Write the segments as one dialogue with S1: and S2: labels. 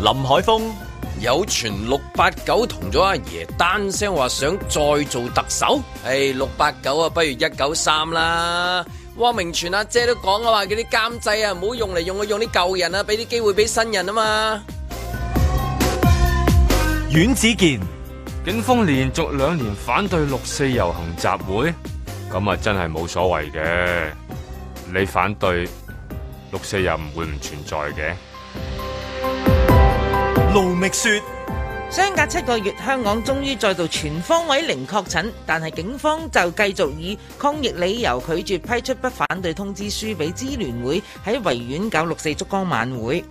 S1: 林海峰、
S2: 有傳六八九同咗阿爺單聲話想再做特首，誒六八九啊，不如一九三啦。汪明荃阿姐都講啊話，嗰啲監製啊，唔好用嚟用去用啲舊人啊，俾啲機會俾新人啊嘛。
S1: 阮子健、
S3: 警方連續兩年反對六四遊行集會，咁啊真係冇所謂嘅。你反對六四又唔會唔存在嘅。
S1: 盧覓雪、
S4: 相隔七個月，香港終於再度全方位零確診，但係警方就繼續以抗疫理由拒絕批出不反對通知書俾支聯會喺維園搞六四燭光晚會。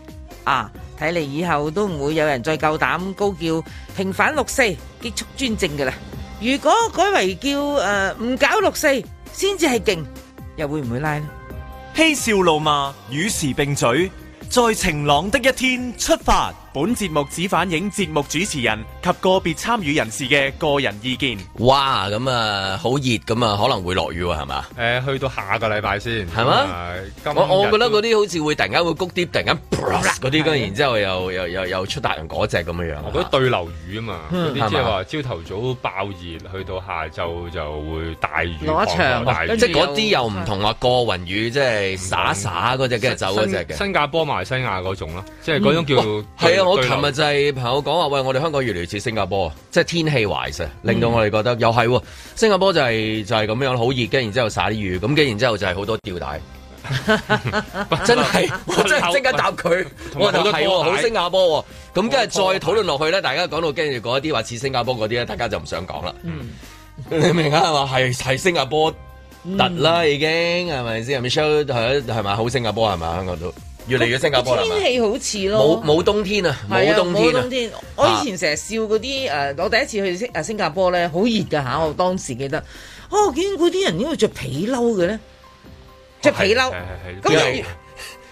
S4: 啊，睇嚟以後都唔會有人再夠膽高叫平反六四，結束專政㗎啦。如果改為叫誒呃唔、搞六四，先至係勁，又會唔會拉呢？
S1: 嬉笑怒罵，與時並舉。在晴朗的一天出發。
S5: 本節目只反映節目主持人及個別參與人士嘅個人意見。
S2: 哇，咁啊好熱咁啊，可能會落雨喎，係嘛？
S6: 誒，去到下個禮拜先，
S2: 係嗎
S6: 咁啊
S2: 我我覺
S6: 今
S2: 得
S6: 日
S2: 嗰啲好似會突然間會谷啲，突然間嗰啲，跟然之後又又又又出達人嗰只咁樣樣。嗯
S6: 我覺得哦對流雨啊嘛，嗰
S2: 係嘛
S6: 啲即係話朝頭早爆熱，去到下晝就會大雨，
S4: 落一
S6: 狂
S4: 場
S6: 落大雨。
S2: 即係嗰啲又唔同話過雲雨，即係灑灑嗰只，跟住走嗰只
S6: 新
S2: 嘅。
S6: 新加坡、馬來西亞嗰種咯，即係嗰種叫對
S2: 係啊！我
S6: 對流
S2: 琴日就係朋友講話，喂，我哋香港越嚟越似新加坡，啊即係天氣壞實，令到我哋覺得又係喎。新加坡就係就係咁樣，好熱，跟然之後灑啲雨，咁跟然之後就係好多吊帶。真係， 我真係即刻答佢，
S6: 同埋
S2: 我就
S6: 好多
S2: 係喎
S6: 拖
S2: 好
S6: 鞋
S2: 新加坡喎。咁跟住再討論落去咧，大家講到跟住嗰啲話似新加坡嗰啲咧，大家就唔想講啦。
S4: 嗯
S2: 你明啊？係嘛？係係新加坡突
S4: 嗯
S2: 啦，已經係咪先？Michelle 係係咪好新加坡係咪？香港都越嚟越新加坡啦。係咪
S4: 天氣好似
S2: 冇
S4: 咯。
S2: 冇冬天啊，
S4: 係
S2: 冇
S4: 啊
S2: 冬天啊
S4: 冬。天，我以前成日笑嗰啲誒，我第一次去新呃誒新加坡咧，好熱㗎
S2: 嗯
S4: 嚇，我當時記得。哦，竟然嗰啲人點會着皮褸嘅咧？着皮褸
S6: 係係係，
S4: 咁
S2: 因為
S4: 又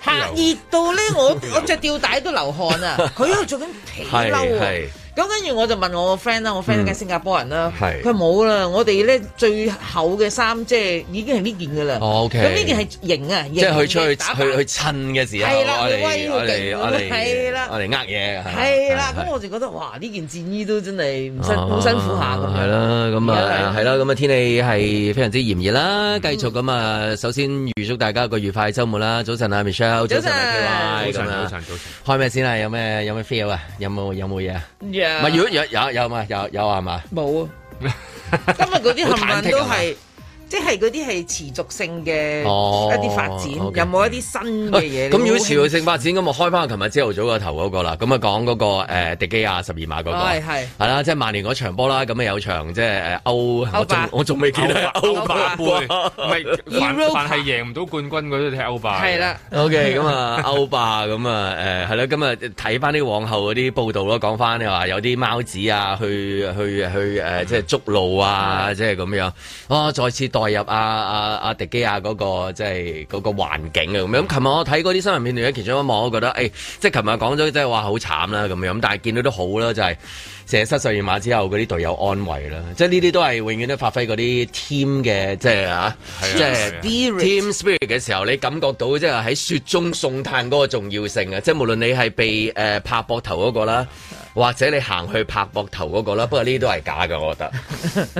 S4: 嚇熱到咧，我 我著吊帶都流汗 啊！佢喺度着緊皮褸
S2: 係
S4: 啊
S2: 係！嗯
S4: 咁跟住我就問我個 friend 啦，我 friend 梗係新加坡人啦，
S2: 係
S4: 佢話冇啦，我哋咧最厚嘅衫即係已經係呢件㗎啦。
S2: 哦，OK
S4: 咁呢件係型啊，
S2: 即係佢
S4: 型
S2: 出去
S4: 嘅打扮
S2: 去去襯嘅時候，
S4: 係啦
S2: 我哋
S4: 威好勁
S2: 我哋我哋
S4: 係啦
S2: 我哋呃嘢㗎
S4: 係啦，
S2: 係
S4: 咁我就覺得哇，呢件戰衣都真係唔辛
S2: 啊
S4: 好辛苦下咁
S2: 係
S4: 樣。
S2: 啦，咁啊，
S4: 係
S2: 係啦，咁啊，天氣係非常之炎熱啦。繼續咁啊，首先預祝大家一個愉快週末啦。早晨啊，Michelle，
S4: 早晨
S2: 啊
S6: 早
S2: KY
S6: 晨
S2: 咁
S6: 早
S2: 啊，
S6: 晨早晨，
S2: 開咩先啊？有咩有咩 feel 啊？有冇有冇嘢啊？唔係，如
S4: 呀
S2: 果有有有嘛？有有係嘛？
S4: 冇啊，今日嗰啲
S2: 好
S4: 冚
S2: 忐忑
S4: 唪唥都
S2: 啊嘛
S4: 係。即係嗰啲係持續性嘅一
S2: 哦
S4: 啲發展，
S2: OK
S4: 有冇一啲新嘅嘢？
S2: 啊咁如果
S4: 嗯你好
S2: 持續性發展，咁我啊開翻琴日朝頭早個頭嗰個啦，咁啊講嗰個誒迪基亞十二碼嗰個，
S4: 哦係係
S2: 係啦，即係曼聯嗰場波啦，咁啊有場即係誒歐，我
S4: 歐
S2: 仲
S4: 霸
S2: 我仲未見到歐
S4: 歐
S2: 霸
S4: 霸
S2: 杯。
S6: 唔係凡
S4: Europa
S6: 凡係贏唔到冠軍嗰啲踢歐霸，
S4: 係啦，，
S2: OK，咁啊， 歐霸咁啊，誒係啦，今日睇翻啲往後嗰啲報道咯，講翻你話有啲貓子啊，去去去誒、呃即係捉路
S6: 嗯
S2: 啊，即係咁樣，哦，再次代入啊啊啊迪基亞嗰、個即係嗰個環境啊咁樣。咁琴日我睇嗰啲新聞片段嘅其中一幕，我覺得誒、即係琴日講咗，即係話好慘啦咁樣，但係見到都好啦，就係、射失十二碼之後，嗰啲隊友安慰啦，即係呢啲都係永遠都發揮嗰啲 team 嘅，即係啊，
S6: 係啊
S2: 即係
S6: 係啊
S2: team spirit 嘅時候，你感覺到即係喺雪中送炭嗰個重要性啊！即係無論你係被誒、呃拍膊頭嗰個
S6: 啊
S2: 啦，或者你行去拍膊頭嗰個啦，不過呢啲都係假嘅，我覺得，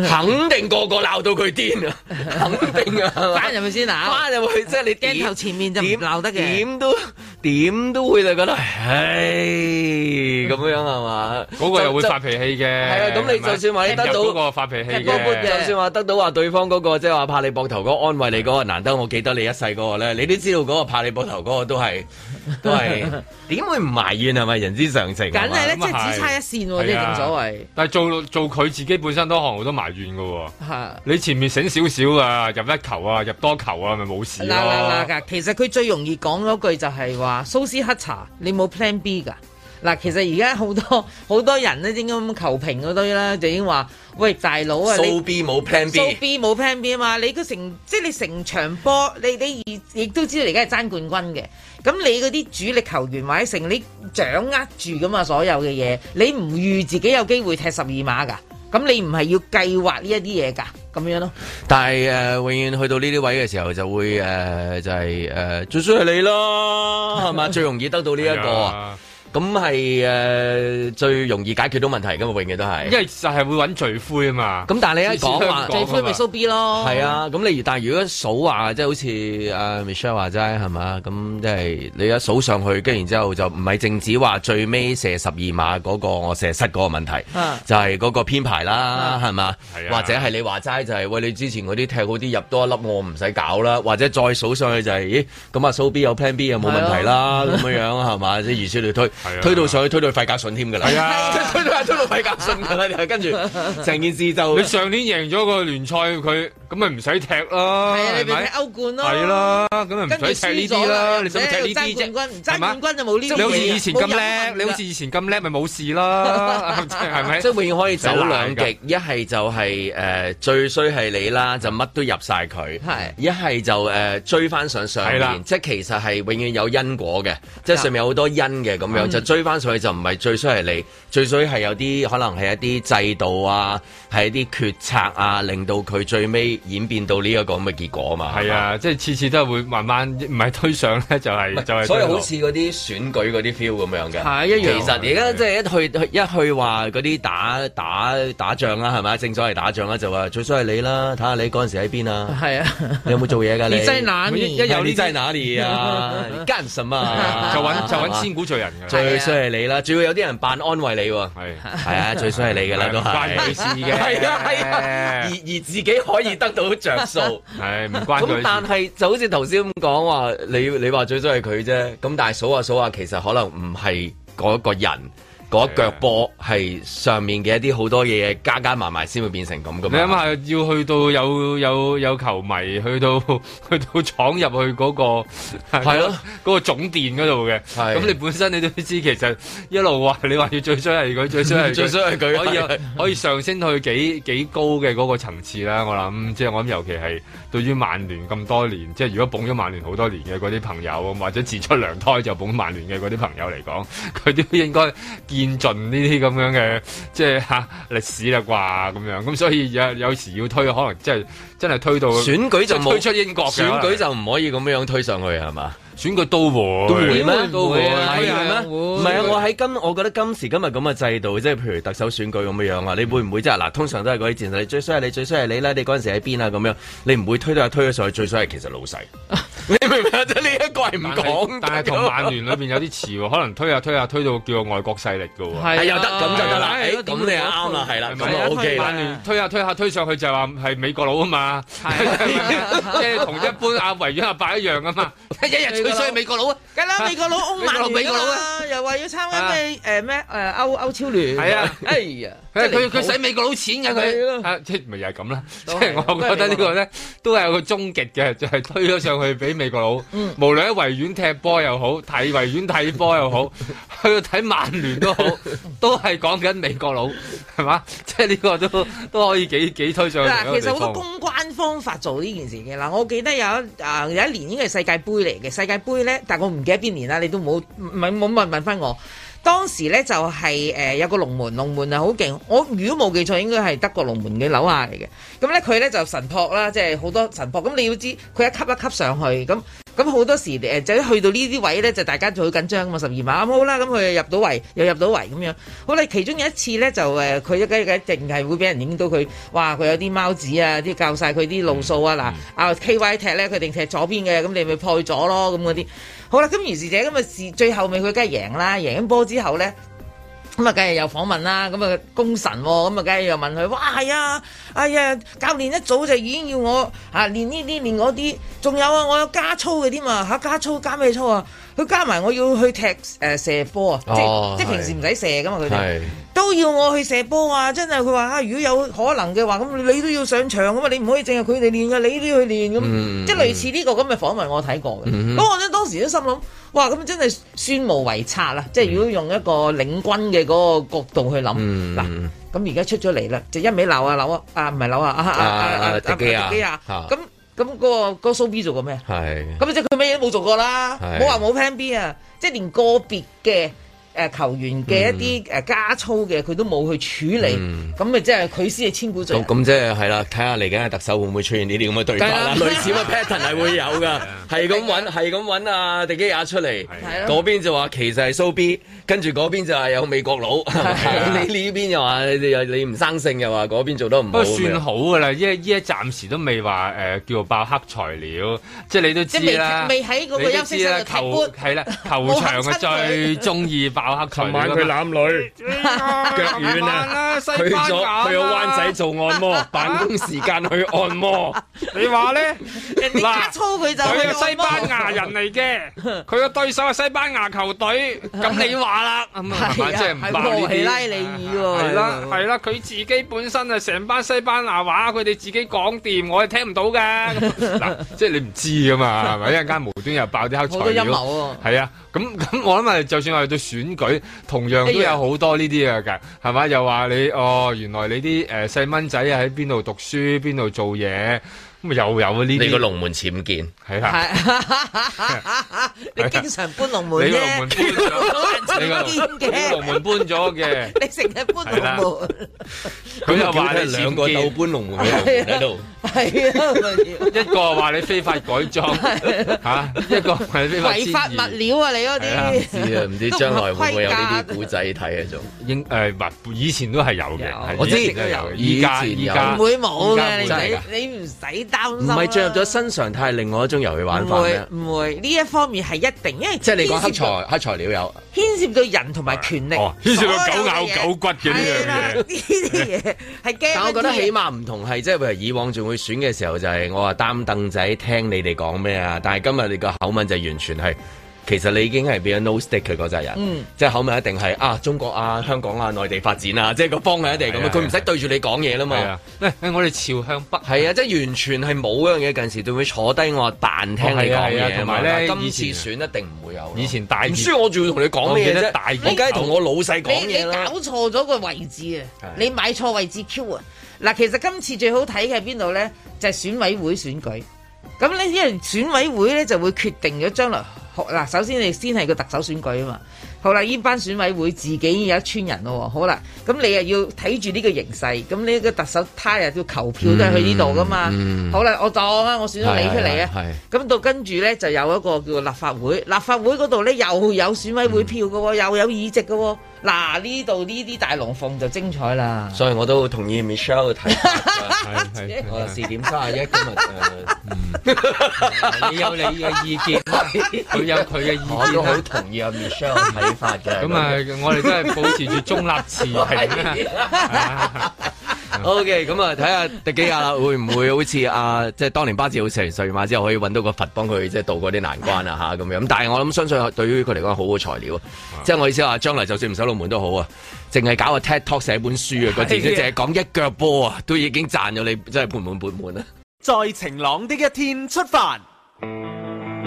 S2: 肯定個個鬧到佢 癲啊，肯定啊，係嘛
S4: 翻入去先啊！
S2: 翻入去即係你點
S4: 鏡頭前面就唔
S2: 點
S4: 鬧得嘅
S2: 點都點都會就覺得，唉咁樣係嘛？
S6: 嗰個又會
S2: 就
S6: 發脾氣嘅，
S2: 係啊咁你就算話你得到
S6: 入嗰個發脾氣
S4: 踢波撥
S6: 嘅
S4: 嘅。
S2: 就算話得到話對方嗰、個即係話拍你膊頭嗰個安慰你嗰、個，難得我記得你一世嗰個咧，你都知道嗰個拍你膊頭嗰個都係 都係點會唔埋怨啊係咪人之常情？
S4: 梗係咧，
S6: 咁啊
S4: 即係只差一線
S6: 係
S4: 喎，即係
S2: 啊
S4: 正所謂
S6: 但係做做佢自己本身都行好多埋怨嘅喎。
S4: 嚇。
S6: 你前面醒少少啊，入一球啊，入多球啊，咪冇事
S4: 嗱
S6: 咯。
S4: 嗱嗱嗱，其實佢最容易講嗰句就係話蘇斯黑茶，你冇 Plan B 㗎。嗱，其實而家好多好多人咧，應該咁求評嗰堆啦，就已經話：喂，大佬啊，你
S2: 蘇 B 冇 Plan
S4: 蘇
S2: B，
S4: B 冇 plan B 啊嘛，你個成即係你成場波，你你亦亦都知道你而家係爭冠軍嘅。咁你嗰啲主力球員或者成，你掌握住噶嘛所有嘅嘢，你唔預自己有機會踢十二碼㗎，咁你唔係要計劃呢一啲嘢㗎，咁樣咯。
S2: 但係誒、呃永遠去到呢啲位嘅時候就
S6: 嗯
S2: 呃會誒、就係、誒、最衰係你啦，係嘛？最容易得到呢、一個啊。咁係誒最容易解決到問題噶嘛，永遠都係。
S6: 因為就係會揾罪灰啊嘛。
S2: 咁但係你 一講話
S6: 最。
S4: 罪魁咪蘇 B 咯，
S2: 係，啊，咁你但係如果數話，即係好似阿 Michelle 話齋係嘛，咁即係你一數上去，跟然之後就唔係淨止話最尾射十二碼嗰個我射失嗰個問題，
S4: 啊
S2: 就係嗰個編排啦，係嘛？
S6: 係啊
S2: 或者係你話齋就係、喂你之前嗰啲踢好啲入多一粒我唔使搞啦，或者再數上去就係、咦咁啊數 B 有 Plan B 又冇問題啦，咁樣樣係嘛？即係如此類推
S6: 係啊，
S2: 推到上去推到費格遜添㗎啦，
S6: 係 啊
S2: 推到推到費格遜㗎啦， 跟住成件事就
S6: 你上年贏咗個聯賽，佢咁咪唔使踢啦，
S4: 係啊，你
S6: 係
S4: 咪
S6: 咪
S4: 踢？歐冠咯，
S6: 係，啦，咁咪唔
S4: 跟住
S6: 使踢
S4: 輸
S6: 呢
S4: 咗
S6: 啲
S4: 啦，
S6: 啦，你使唔使踢呢啲
S4: 爭冠軍，
S6: 啫？
S4: 唔爭
S6: 嘛
S4: 冠軍就冇呢啲嘢
S6: 你好似以前咁
S4: 冇癮
S6: 叻，
S4: 㗎
S6: 你好似以前咁叻，咪冇事啦，係咪？
S2: 啊即係永遠可以走兩
S6: 唔使賴㗎
S2: 極，一係就係、呃最衰係你啦，就乜都入晒佢
S4: 係；
S2: 一係就誒、呃追翻上上
S6: 係啦
S2: 面，即係其實係永遠有因果嘅，即係上面有好多因嘅咁
S6: 嗯
S2: 樣，就追翻上去就唔係最衰係你，最衰係有啲可能係一啲制度啊，係一啲決策啊，令到佢最尾演變到呢一個咁嘅結果嘛。
S6: 係啊，即係次次都係會慢慢，唔係推上咧，就係就係。
S2: 所以好似嗰啲選舉嗰啲 feel 咁樣嘅，
S6: 係一樣
S2: 其實而家即係一去去一去話嗰啲打打打仗啦，係咪？正所謂打仗啦，就話最衰係你啦，睇下你嗰陣時喺邊啊？
S4: 係啊，
S2: 你有冇做嘢㗎？你
S4: 你真係懶
S6: 一一
S2: 係
S6: 有呢
S2: 你
S6: 啲
S2: 真係哪 裡啊？你奸什麼啊？
S6: 就揾就揾
S2: 係嘛
S6: 千古罪人㗎啦，
S2: 最衰係你啦，仲要有啲人扮安慰你喎。
S6: 係
S2: 係啊，最衰係你㗎啦，都
S6: 唔 關佢
S2: 係。
S6: 事嘅，
S2: 係啊係啊，而而自己可以得到着數。
S6: 係唔關佢
S2: 咁但
S6: 事。
S2: 係就好似頭先咁講話，你你話最衰係佢啫。咁但係數下數下，其實可能唔係嗰個人嗰一腳波，係上面嘅一啲好多嘢加加埋埋先會變成咁噶
S6: 你諗
S2: 嘛。
S6: 下，要去到有有有球迷去到 去到闖入去嗰、個
S2: 係咯，
S6: 嗰個總電嗰度嘅，
S2: 係
S6: 咁你本身你都知其實一路話你話要最衰係佢，最衰係佢
S2: 最衰係佢
S6: 可
S2: 係
S6: 以可以上升去幾幾高嘅嗰個層次啦。我諗即係我諗，尤其係對於曼聯咁多年，即係如果捧咗曼聯好多年嘅嗰啲朋友，或者自出娘胎就捧曼聯嘅嗰啲朋友嚟講， 佢都應該見盡呢啲咁樣嘅即係嚇歷史啦啩咁樣。咁所以有有時要推，可能即係真係推到
S2: 選舉就冇
S6: 推出英國嘅
S2: 選舉就唔可以咁樣推上去係嘛？
S6: 選舉都會
S2: 都會咩？
S6: 都會啊
S2: 係
S6: 係
S2: 咩？
S6: 啊
S2: 唔係啊！我喺今，我覺得今時今日咁嘅制度，即係譬如特首選舉咁嘅樣啊，你會唔會即係嗱？通常都係嗰啲戰術，你最衰係你，最衰係你啦，你嗰陣時喺邊啊咁樣，你唔會推到推咗上去，最衰係其實老細。你明唔明啊？ 即係呢一個係唔
S6: 但
S2: 講
S6: 係但係同曼聯裏邊有啲似喎，可能推下推下推到叫外國勢力嘅喎。
S2: 係啊
S4: 係
S2: 又得咁就得啦，
S6: 係啊
S2: 誒咁你又啱啦，係啦，咁啊 OK
S6: 曼
S2: 啦。
S6: 聯推下推下推上去就話係美國佬啊嘛， 即係同一般阿維園阿伯一樣啊嘛， 一日吹衰美國佬啊，
S4: 梗啦， 美國佬 翁曼
S6: 美
S4: 聯
S6: 國佬美國
S4: 㗎
S6: 佬
S4: 嘛，又話要參加咩誒咩誒歐歐超聯，
S6: 係啊，
S4: 哎呀，
S6: 佢
S4: 真係
S6: 佢
S4: 離譜
S6: 佢使美國佬錢㗎
S4: 係咯
S6: 佢，啊即係咪又係咁啦？即
S4: 都係
S6: 係我覺得呢個咧都係有個終極嘅，就係推咗上去俾美國佬，
S4: 嗯
S6: 無論喺維園踢波又好，睇維園睇波又好， 去到睇曼聯 都好，都係講緊美國佬係嘛？即係呢個都都可以幾幾推上去同一個
S4: 啊嗱，其
S6: 地
S4: 實好
S6: 方。
S4: 多公關方法做呢件事嘅嗱，我記得有一啊有一年應該係世界盃嚟嘅，世界盃咧，但我唔記得邊年啦，你都冇唔係冇問問翻我。當時咧就係、呃有個龍門，龍門啊好勁，我如果冇記錯應該係德國龍門嘅樓下嚟嘅。咁咧佢咧就神撲啦，即係好多神撲。咁你要知佢一級一級上去，咁咁好多時誒就一去到呢啲位咧，就大家就好緊張噶嘛，十二碼咁好啦，咁佢又入到圍，又入到圍咁樣。好啦，其中有一次咧就誒，佢一梗係一定係會俾人影到佢，哇！佢有啲貓子啊，啲教晒佢啲路數啊，嗱、啊 K Y 踢咧，佢定踢左邊嘅，咁你咪破咗咯，咁嗰啲。好啦，咁如是者咁啊，是最後尾佢梗係贏啦，贏咗波之後咧。咁啊，梗係有訪問啦，咁啊功臣喎，咁啊，梗係又問佢，哇係啊，哎呀，教練一早就已經要我啊練呢啲練嗰啲，仲有啊，我有加操嘅添啊，嚇加操加咩操啊？佢加埋我要去踢誒、呃射波啊，即
S2: 哦
S4: 即平時唔使射噶嘛，佢哋
S2: 係
S4: 都要我去射波啊！真係佢話啊，如果有可能嘅話，咁你都要上場啊噶嘛，你唔可以淨係佢哋練噶，你都要去練咁，
S2: 嗯
S4: 即係類似呢個咁嘅訪問我睇過嘅。咁、我咧當時都心諗，哇！咁真係宣無遺策啦，即
S2: 嗯
S4: 係如果用一個領軍嘅嗰個角度去諗，嗱、
S2: 嗯
S4: 咁而家出咗嚟啦，就一味鬧啊鬧啊，啊唔係鬧啊啊啊啊
S2: 啊
S4: 啊
S2: 迪基亞
S4: 迪基亞
S2: 啊
S4: 咁咁嗰個嗰個蘇 B 做過咩？啊
S2: 係
S4: 咁即係佢乜嘢都冇做過啦，
S2: 係
S4: 冇話冇 plan B 啊，即係連個別嘅誒球員嘅一啲誒加操嘅，佢都冇去處理，咁咪即係佢先係千古罪
S2: 咁
S4: 人。
S2: 咁即係係啦，睇下嚟緊嘅特首會唔會出現呢啲咁嘅對白啦，
S4: 梗係啦
S2: 類似咁嘅 pattern 係會有噶，係咁揾係咁揾啊迪基亞出嚟，
S4: 係
S2: 嗰
S4: 咯
S2: 邊就話其實係蘇 B，跟住嗰邊就係有美國佬，你呢邊又話你又你唔生性又話嗰邊做得唔
S6: 不
S2: 好
S6: 過
S2: 咁樣
S6: 算。好噶啦，依一依一暫時都未話誒、呃叫做爆黑材料， 即係你都
S4: 即
S6: 知
S4: 係未
S6: 啦。
S4: 未喺嗰個休息室度踢
S6: 球
S4: 波，
S6: 係啦，球場啊最中意爆黑材料。
S7: 攬女，
S6: 腳
S7: 軟
S6: 啊，去
S7: 去咗去咗灣仔做 按摩，辦公時間去按摩。
S6: 你話咧？
S4: 人哋加
S6: 嗱
S4: 操佢就
S6: 佢
S4: 去
S6: 係西班牙人嚟嘅，佢個對手係西班牙球隊， 咁你話啦，咁啊，係
S4: 係
S6: 嘛
S4: 啊
S6: 即係唔爆呢
S4: 係羅
S6: 啲
S4: 希拉里爾喎
S6: 係啦係啦，佢自己本身啊，成班西班牙話佢哋自己講掂，我係聽唔到㗎。 嗱，即係你唔知㗎嘛，係咪？一陣間無端又爆啲黑
S4: 好多
S6: 材
S4: 陰
S6: 料，
S4: 謀喎。
S6: 係啊，咁咁我諗啊，就算我哋對選舉，同樣
S4: 哎
S6: 都有好多呢啲嘅㗎，係嘛？又話你哦，原來你啲誒細蚊仔啊喺邊度讀書，邊度做嘢，咁又有呢
S2: 你
S6: 啲
S2: 個龍門僭建，
S6: 係啦。
S4: 係你經常搬龍門
S6: 你個
S4: 啫，
S6: 龍門搬咗，
S4: 好
S6: 你 個你個
S4: 人僭建嘅
S6: 龍，門搬咗嘅，
S4: 你成日搬
S6: 係啦
S4: 龍門。
S6: 佢又話 你
S2: 兩
S6: 兩
S2: 個
S6: 個
S2: 鬥
S6: 鬥，
S2: 搬龍門嘅龍門喺度，
S4: 係啊，咪 要
S6: 一個話你非法改 裝嚇，一個話你非法
S4: 違法
S6: 遷
S4: 物
S6: 移，
S4: 料啊！你
S6: 係啊
S4: 嗰
S2: 知
S4: 啲
S2: 啊， 唔知將來會唔會有呢啲古仔睇啊？仲
S6: 應誒唔係以前都係有嘅，係
S2: 我知
S6: 一直都有嘅，
S2: 以
S6: 依家
S2: 前
S6: 依
S2: 有
S6: 家
S4: 唔會冇嘅，
S6: 依家冇
S4: 你唔使你唔使擔
S2: 唔
S4: 心啊。
S2: 係進入咗新常態，另外一種遊戲玩法
S4: 唔會
S2: 咩？
S4: 唔會呢一方面係一定，因為
S2: 即係你講黑
S4: 牽涉到
S2: 材黑材料有。
S4: 牽涉到人同埋權力，
S6: 哦牽涉到狗咬
S4: 所有嘅嘢
S6: 狗骨嘅呢
S4: 係啦
S6: 樣嘢。
S4: 呢啲嘢係驚。啊
S2: 但我覺得起碼唔同係，即係譬如以往仲會選嘅時候就係我話擔凳仔聽你哋講咩啊，但係今日你個口吻就完全係。其實你已經係變咗 no stick 佢嗰扎
S4: 嗯
S2: 人，即係口吻一定係啊中國啊香港啊內地發展啊，即係個方向一定係咁
S6: 係
S2: 啊
S6: 啊
S2: 佢唔使對住你講嘢啦
S6: 係
S2: 嘛
S6: 啊，，誒誒我哋朝向北。
S2: 係啊，即係完全係冇一樣嘢近時對會坐低我扮聽
S6: 哦
S2: 你
S6: 係啊係
S2: 講
S6: 啊
S2: 嘢啊
S6: 同
S2: 嘛，
S6: 埋
S2: 但
S6: 咧
S2: 係今
S6: 以
S2: 次
S6: 前
S2: 選一定唔會有咯，啊
S6: 以前大熱
S2: 唔需要我仲要同你講咩
S6: 我記
S2: 啫
S6: 得大，熱
S2: 我梗係同我老細講
S4: 你你
S2: 嘢啦。
S4: 搞錯咗個位置啊！你買錯位置 Q 啊！嗱，其實今次最好睇嘅係邊度咧？就係、選委會選舉。咁咧，因為選委會咧就會決定咗將來學嗱，首先你先係個特首選舉啊嘛。好啦，呢班選委會自己有一村人咯喎，好啦，咁你又要睇住呢個形勢，咁呢個特首他日要求票都係去呢度噶嘛。好啦，我當啊，我選咗你出嚟 啊。
S2: 嗯係
S4: 咁到跟住呢，就有一個叫做立法會，立法會嗰度呢，又有選委會票嘅喎，又有議席嘅喎。嗱呢度呢啲大龍鳳就精彩啦。
S2: 所以我都同意 Michelle 嘅睇法。
S6: 係 係
S2: 我四點三十一今日呃
S6: 係你有你嘅意見，嗯 佢有佢嘅意
S2: 我
S6: 見
S2: 都好
S6: 啦。
S2: 同意阿 Michelle 嘅睇法嘅。
S6: 咁啊，我哋都係保持住中立啊持 平啦。
S2: ，OK，咁啊，睇下迪基亞啦，會唔會好似啊，即係當年巴治好成歲馬之後，可以揾到個佛幫佢即係渡過啲難關 啊嚇咁樣。咁但係我諗相信對於佢嚟講好好材料，即係我意思話，將來就算唔守龍門都好啊，淨係搞個 TED Talk 寫本書啊，個字都淨係講一腳波啊，都已經賺咗你真係盤滿缽滿啊！
S5: 在晴朗的一天出發。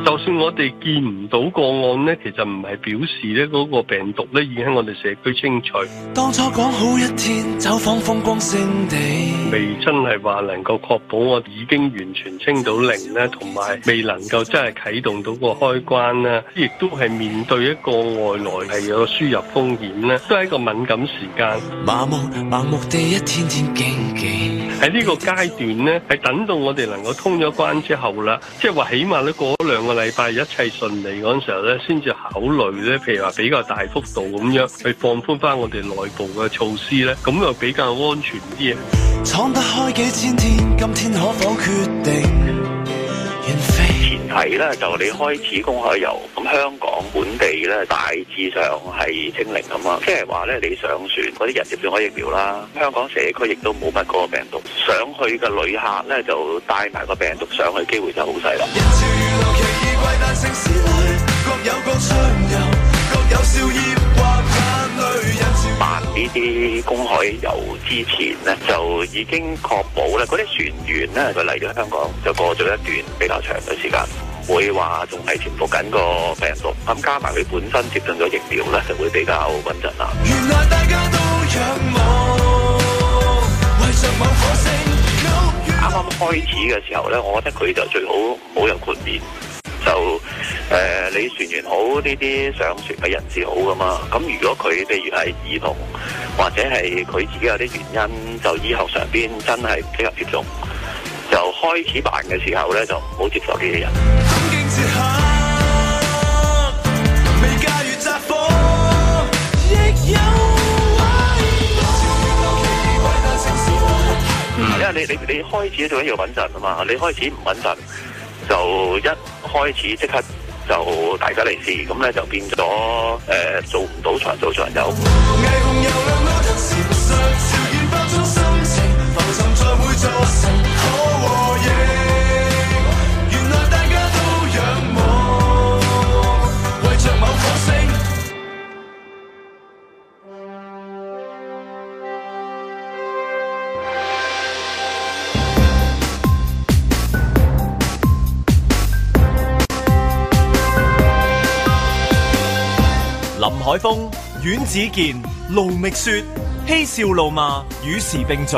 S8: 就算我哋見唔到個案呢，其實唔係表示呢嗰個病毒呢已經喺我哋社區清除，
S1: 當初講好一天，走訪風光勝地。
S8: 未真係話能夠確保我已經完全清到零呢，同埋未能夠真係啟動到個開關呢，亦都係面對一個外來係有輸入風險呢，都係一個敏感時間。
S1: 麻木盲目地一天天經紀。
S8: 喺呢個階段呢，係等到我哋能夠通咗關之後啦，即係話起碼咧過咗兩個禮拜一切順利嗰陣時候咧，先至考慮咧，譬如話比較大幅度咁樣去放寬翻我哋內部嘅措施咧，咁又比較安全啲嘅。啊
S1: 闖得開幾千天，今天可否決定遠飛？
S9: 係啦，就你開始公開遊，咁香港本地咧大致上係清零咁啊，即係話咧你上船嗰啲人接種咗疫苗啦，香港社區亦都冇乜嗰個病毒，上去嘅旅客咧就帶埋個病毒上去，機會就好細啦。
S1: 人潮如流，奇異怪誕城市裏，各有各暢遊，各有笑意或眼淚。人潮
S9: 辦呢啲公海遊之前咧，就已經確保咧嗰啲船員咧佢嚟咗香港就過咗一段比較長嘅時間。唔會話仲係潛伏緊個病毒，咁加埋佢本身接種咗疫苗咧，就會比較穩陣啦。
S1: 原來大家都仰望，為着某火星。
S9: 啱啱開始嘅時候咧，我覺得佢就最好唔好有豁免，就誒、你船員好，呢啲上船嘅人士好噶嘛。咁如果佢譬如係兒童，或者係佢自己有啲原因，就醫學上邊真係唔適合接種，就開始辦嘅時候咧，就唔好接受呢啲人。
S1: 未駕馭窄火，亦有
S9: 因為你你你開始做緊要穩陣啊嘛，你開始唔穩陣，就一開始即刻就大家嚟試，咁咧就變咗誒、呃做唔到長做長有。
S5: 林海峰、阮子健、卢觅雪，嬉笑怒骂，与时并举，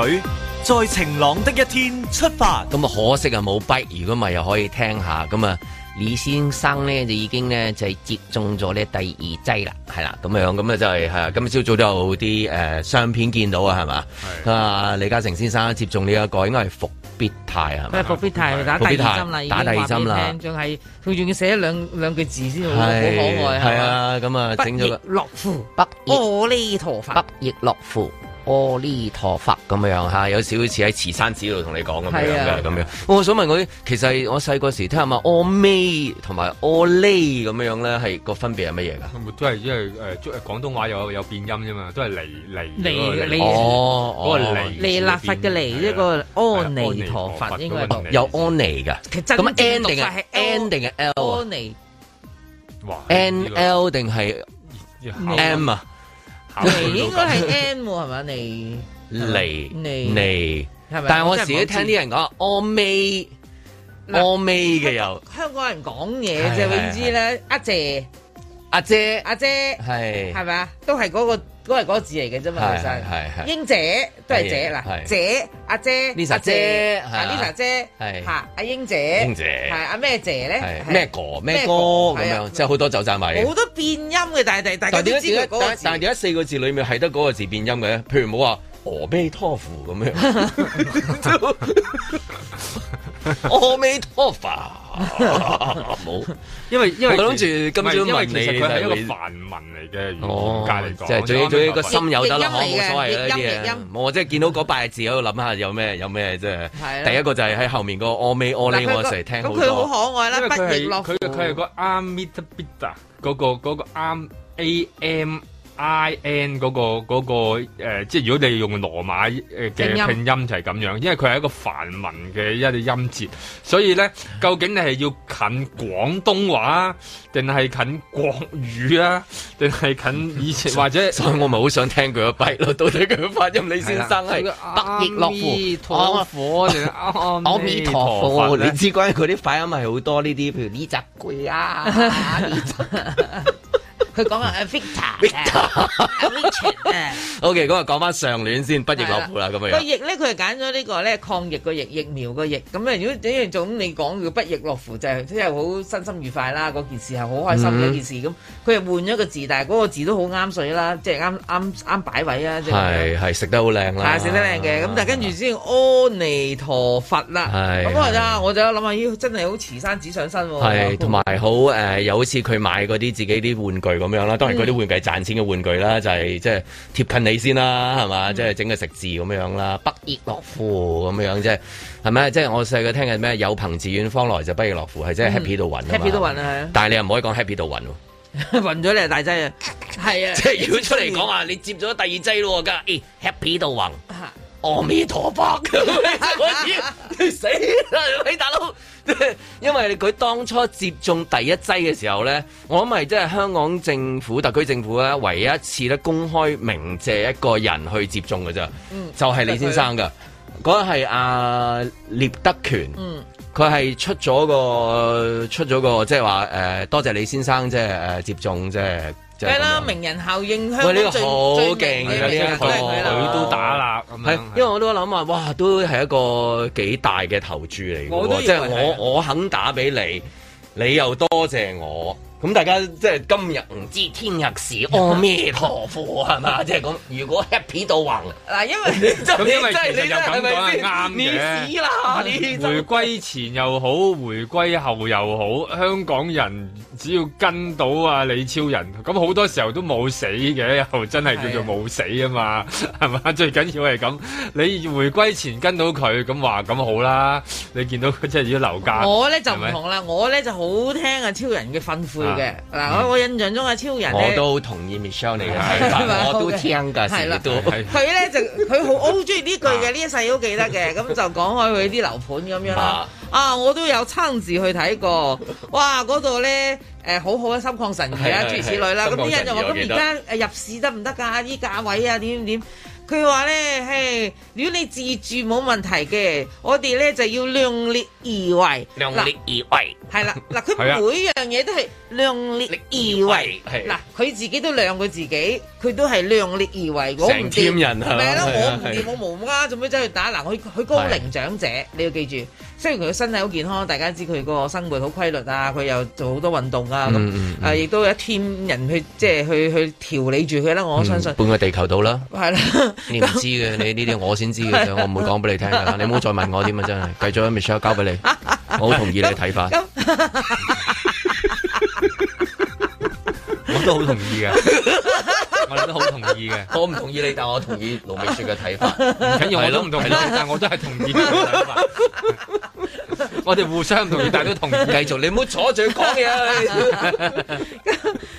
S5: 在晴朗的一天出发。
S2: 咁啊可惜啊冇筆，如果唔係又可以聽下咁啊。李先生呢，就已經呢，就係接種咗呢第二劑啦，係啦咁樣咁啊就係係啊今朝早都有啲誒、呃相片見到啊係嘛？啊李嘉誠先生接種呢、一個應該係復必泰啊係咪？
S4: 咩伏必泰打第二針啦，已
S2: 打
S4: 經
S2: 第二
S4: 話俾
S2: 針
S4: 你
S2: 啦
S4: 聽，仲係佢仲要寫兩兩句字先好，好可愛
S2: 係
S4: 嘛
S2: 啊，咁啊整咗個
S4: 不亦樂乎，
S2: 北
S4: 阿彌陀佛，
S2: 北亦樂乎。阿彌陀佛咁樣嚇，有少少似喺慈山寺度同你講咁樣
S4: 係啊
S2: 嘅咁樣。我想問嗰啲，其實我細個時聽下嘛，阿彌同埋阿彌咁樣咧，係個分別係乜嘢㗎？
S6: 都係因為誒中廣東話有有變音啫嘛，都係離離
S4: 離
S6: 嗰個
S4: 離
S2: 哦，
S6: 嗰個
S2: 哦
S6: 離
S4: 彌勒佛嘅
S6: 邊
S4: 彌
S6: 係
S4: 一個阿
S6: 係
S4: 彌陀佛應該係
S6: 嗰個
S4: 讀
S6: 彌
S2: 有安妮㗎，
S4: 其實真
S2: 咁
S4: 正
S2: N
S4: 讀
S2: 定
S4: 法
S2: 係
S4: 係
S2: N 定係 L
S4: 阿
S2: 啊
S4: 彌
S6: 哇呢
S2: ？N
S6: 個
S2: L 定係
S6: 要考
S4: 彌
S2: M 啊？
S6: 考慮
S4: 彌應
S6: 到
S4: 該係 N 喎，係咪？彌
S2: 嚟
S4: 尼
S2: 嚟，
S4: 係咪？
S2: 但係我
S4: 真
S2: 自
S4: 係
S2: 己
S4: 唔好
S2: 聽
S4: 知
S2: 啲人講阿彌
S4: 嗱
S2: 阿彌嘅又
S4: 香港人講嘢
S2: 係
S4: 啫，
S2: 係
S4: 永知咧，阿姐
S2: 阿姐
S4: 阿姐
S2: 係
S4: 係咪啊？都係嗰個都係嗰個字嚟嘅啫嘛，
S2: 係
S4: 其
S2: 係係係
S4: 實英姐都係姐
S2: 係
S4: 嗱，
S2: 係
S4: 姐阿姐
S2: Lisa
S4: 阿
S2: 姐
S4: 啊
S2: 係啊
S4: Lisa 姐
S2: 係
S4: 嚇阿英姐，
S2: 英姐
S4: 係阿咩姐咧？
S2: 係
S4: 係
S2: 咩哥咩
S4: 咩
S2: 哥
S4: 哥
S2: 咁
S4: 係啊
S2: 樣，即係好多走讚埋你
S4: 好。多變音嘅，但係大家
S2: 但
S4: 都
S2: 點
S4: 知
S2: 解點解
S4: 佢嗰個
S2: 但
S4: 字
S2: 但。點解四個字裡面係得嗰個字變音嘅？譬如冇話阿彌陀佛咁 樣，阿彌陀佛 冇。
S6: 因為因為
S2: 我諗住
S6: 其
S2: 今朝
S6: 唔係因為
S2: 問
S6: 其實
S2: 你
S6: 佢係
S2: 就
S6: 一
S2: 會
S6: 個梵文嚟嘅，
S2: 哦
S6: 嚴格嚟講，
S2: 即係最最個心有得啦，
S4: 譯音嚟嘅
S2: 冇所謂啦呢
S4: 譯音
S2: 啲
S4: 譯
S2: 嘢
S4: 音。
S2: 我即係見到嗰八個字喺度諗下有咩有咩即
S4: 係
S2: 係。
S4: 啦
S2: 第一個就係喺後面個阿彌
S4: 嗱
S2: 阿
S4: 佢
S2: 彌，我
S4: 個
S2: 成日聽好
S4: 咁佢
S2: 多。
S4: 好可愛啦，
S6: 因為
S4: 不
S6: 佢
S4: 亦樂
S6: 係
S4: 乎
S6: 佢佢係個 armita bita 嗰個嗰個 arm a m i n 嗰個嗰個誒，即係如果你用羅馬誒
S4: 拼音
S6: 嘅拼音就係咁樣，因為佢係一個梵文嘅一啲音節，所以咧究竟你係要近廣東話啊定係近國語啊，定係近以前或者？
S2: 所以我咪好想聽佢嘅筆咯， 到底佢嘅發音李先生係北
S6: 北
S2: 翼樂乎，阿
S6: 火定阿
S2: 阿彌陀佛，啊
S6: 咧
S2: 你知關於佢啲發音係好多呢啲，譬如呢集攰啊，呢集
S4: 佢講啊啊 Victor，Victor，Richard 啊
S2: OK，咁啊講翻上戀先，不亦樂乎啦咁
S4: 個
S2: 樣。
S4: 疫咧，佢係揀咗呢個咧抗疫個疫疫苗個疫。咁咧，如果點樣做咁，你講佢不亦樂乎就係即係好身心愉快啦。嗰件事係好開心嘅一件事。咁佢又換咗個字，但係嗰個字都好啱水啦，即係啱啱啱擺位啊，即係。
S2: 係係食得好靚啦，
S4: 係食得靚嘅，咁但係跟住先阿彌陀佛啦，
S2: 係
S4: 咁我就我就諗下，咦，真係好慈山寺上身喎，
S2: 係同埋好誒，有好似佢買嗰啲自己啲玩具咁樣啦，當然佢啲玩具係賺錢嘅玩具啦，就係即係貼近你先啦，係嘛？即係整個食字咁樣啦，不亦樂乎咁樣即係係咪？即係我細個聽嘅咩？有朋自遠方來就不亦樂乎，係即係 happy 到暈啊嘛
S4: happy 到暈啊
S2: 但係你又唔可以講 happy 到暈喎，
S4: 暈咗你係大劑啊，係啊，
S2: 即係如果出嚟講話你接咗第二劑咯㗎，誒哎 happy 到暈。
S4: 啊
S2: 阿彌陀佛咁樣就開始你死啦！你大佬， 因為佢當初接種第一劑嘅時候咧，我諗係即係香港政府、特區政府咧，唯一一次咧公開鳴謝一個人去接種嘅咋，
S6: 嗯
S2: 就係李先生噶。嗰日係阿聂德權，
S4: 嗯
S2: 佢係出咗個出咗個即係話誒，多謝李先生即係誒接種即係。即係咁
S4: 梗
S2: 樣
S4: 啦，名人效應香
S2: 喂呢
S4: 港最
S2: 個
S4: 最
S2: 好勁
S4: 明
S2: 嘅
S4: 嘅
S2: 呢一
S4: 名人
S2: 個
S4: 都係佢
S2: 佢
S6: 佢
S4: 啦
S6: 都打啦，咁
S2: 係
S6: 樣，
S2: 因為我都諗話，哇，都係一個幾大嘅投注嚟嘅
S4: 我都
S2: 喎，
S4: 認為
S2: 即係
S4: 係啊
S2: 我我肯打俾你，你又多謝我。咁大家即係今日唔知天日 事，阿咩陀佛係嘛？即係咁，如果 happy 到橫，
S4: 嗱，因
S2: 你
S4: 為
S2: 真係
S6: 咁因為
S2: 你真係
S6: 其實
S2: 你
S6: 又
S2: 真係
S6: 咁
S2: 係咪
S6: 講係啊啱
S2: 先
S6: 嘅啊
S2: 你屎啦！你真
S6: 回歸前又好，回歸後又好，香港人只要跟到啊李超人，咁好多時候都冇死嘅，又真係叫做冇死啊嘛， 係嘛？最緊要係咁，你回歸前跟到佢，咁話咁好啦。你見到佢即係如果樓價，
S4: 我咧就
S6: 係
S4: 唔
S6: 咪
S4: 同啦，我咧就好聽啊超人嘅訓誨嘅
S6: 啊。
S4: 嗱，我我印象中啊超人
S2: 我
S4: 咧。
S2: 都同意 Michelle 你嘅睇
S6: 係
S4: 嘛
S2: 法，我都
S4: 好嘅
S2: 聽㗎，
S4: 係
S2: 成
S4: 啦
S2: 日都
S6: 係
S4: 佢咧就佢好我好中意呢句
S2: 啊
S4: 嘅，呢一世都記得嘅。 咁就講開佢啲樓盤咁樣啦
S2: 啊。
S4: 啊，我都有親自去睇過，哇！嗰度咧誒好好啊，心曠神怡啊，
S2: 係係
S4: 諸如此類啦。
S2: 係
S4: 咁啲人就話：
S2: 心曠神怡我
S4: 咁
S2: 記
S4: 而
S2: 得
S4: 家誒入市得唔得㗎？呢價位啊，點點點。佢話咧，嘿，如果你自住冇問題嘅，我哋咧就要量力而為。
S2: 量
S4: 嗱
S2: 力而為。
S4: 係啦，嗱，佢
S6: 係啊
S4: 每樣嘢都係量力而為，
S2: 係
S4: 嗱，佢自己都量佢自己，佢都係量力而為，我唔
S2: 成 team
S4: 掂，
S2: 人係嘛
S4: 咪係咯，
S2: 係啊
S4: 我唔掂，
S2: 係
S4: 我無啦，做咩走去打？嗱，佢佢高齡長者，你要記住，雖然佢身體好健康，大家知佢個生活好規律啊，佢又做好多運動啊，咁
S2: 嗯
S4: 啊，亦都有一 team 人去即係去去調理住佢啦，我相信
S2: 嗯半個地球到啦。
S4: 係啦。
S2: 你唔知嘅，你呢啲我先知嘅啫，我唔會講俾你聽㗎。你唔好再問我啲啊，真係。繼續啊，Michelle 交俾你，我好同意你嘅睇法。
S4: 咁
S6: 我都好同意嘅，我哋都好同意嘅。
S2: 我唔同意你，但我同意盧美雪嘅睇法。
S6: 唔緊要，我都唔同意，但我都係同意呢個諗 法。我哋互相唔同意，但都同意。
S2: 繼續，你唔好阻住佢講嘢啊。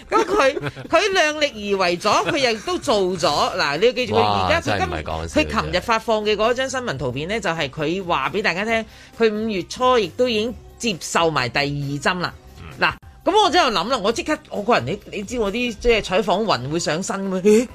S4: 咁佢 佢量力而為咗，佢又都做咗。嗱，你要記住佢
S2: 哇
S4: 而家
S2: 真係唔係
S4: 佢
S2: 講
S4: 今
S2: 笑
S4: 佢琴日發放嘅嗰張新聞圖片呢，就係佢話俾大家聽，佢五月初亦都已經接受埋第二針啦。
S2: 嗯
S4: 嗱、咁我真係諗啦，我即刻我個人你你知我啲即係採訪雲會上身咁樣，咦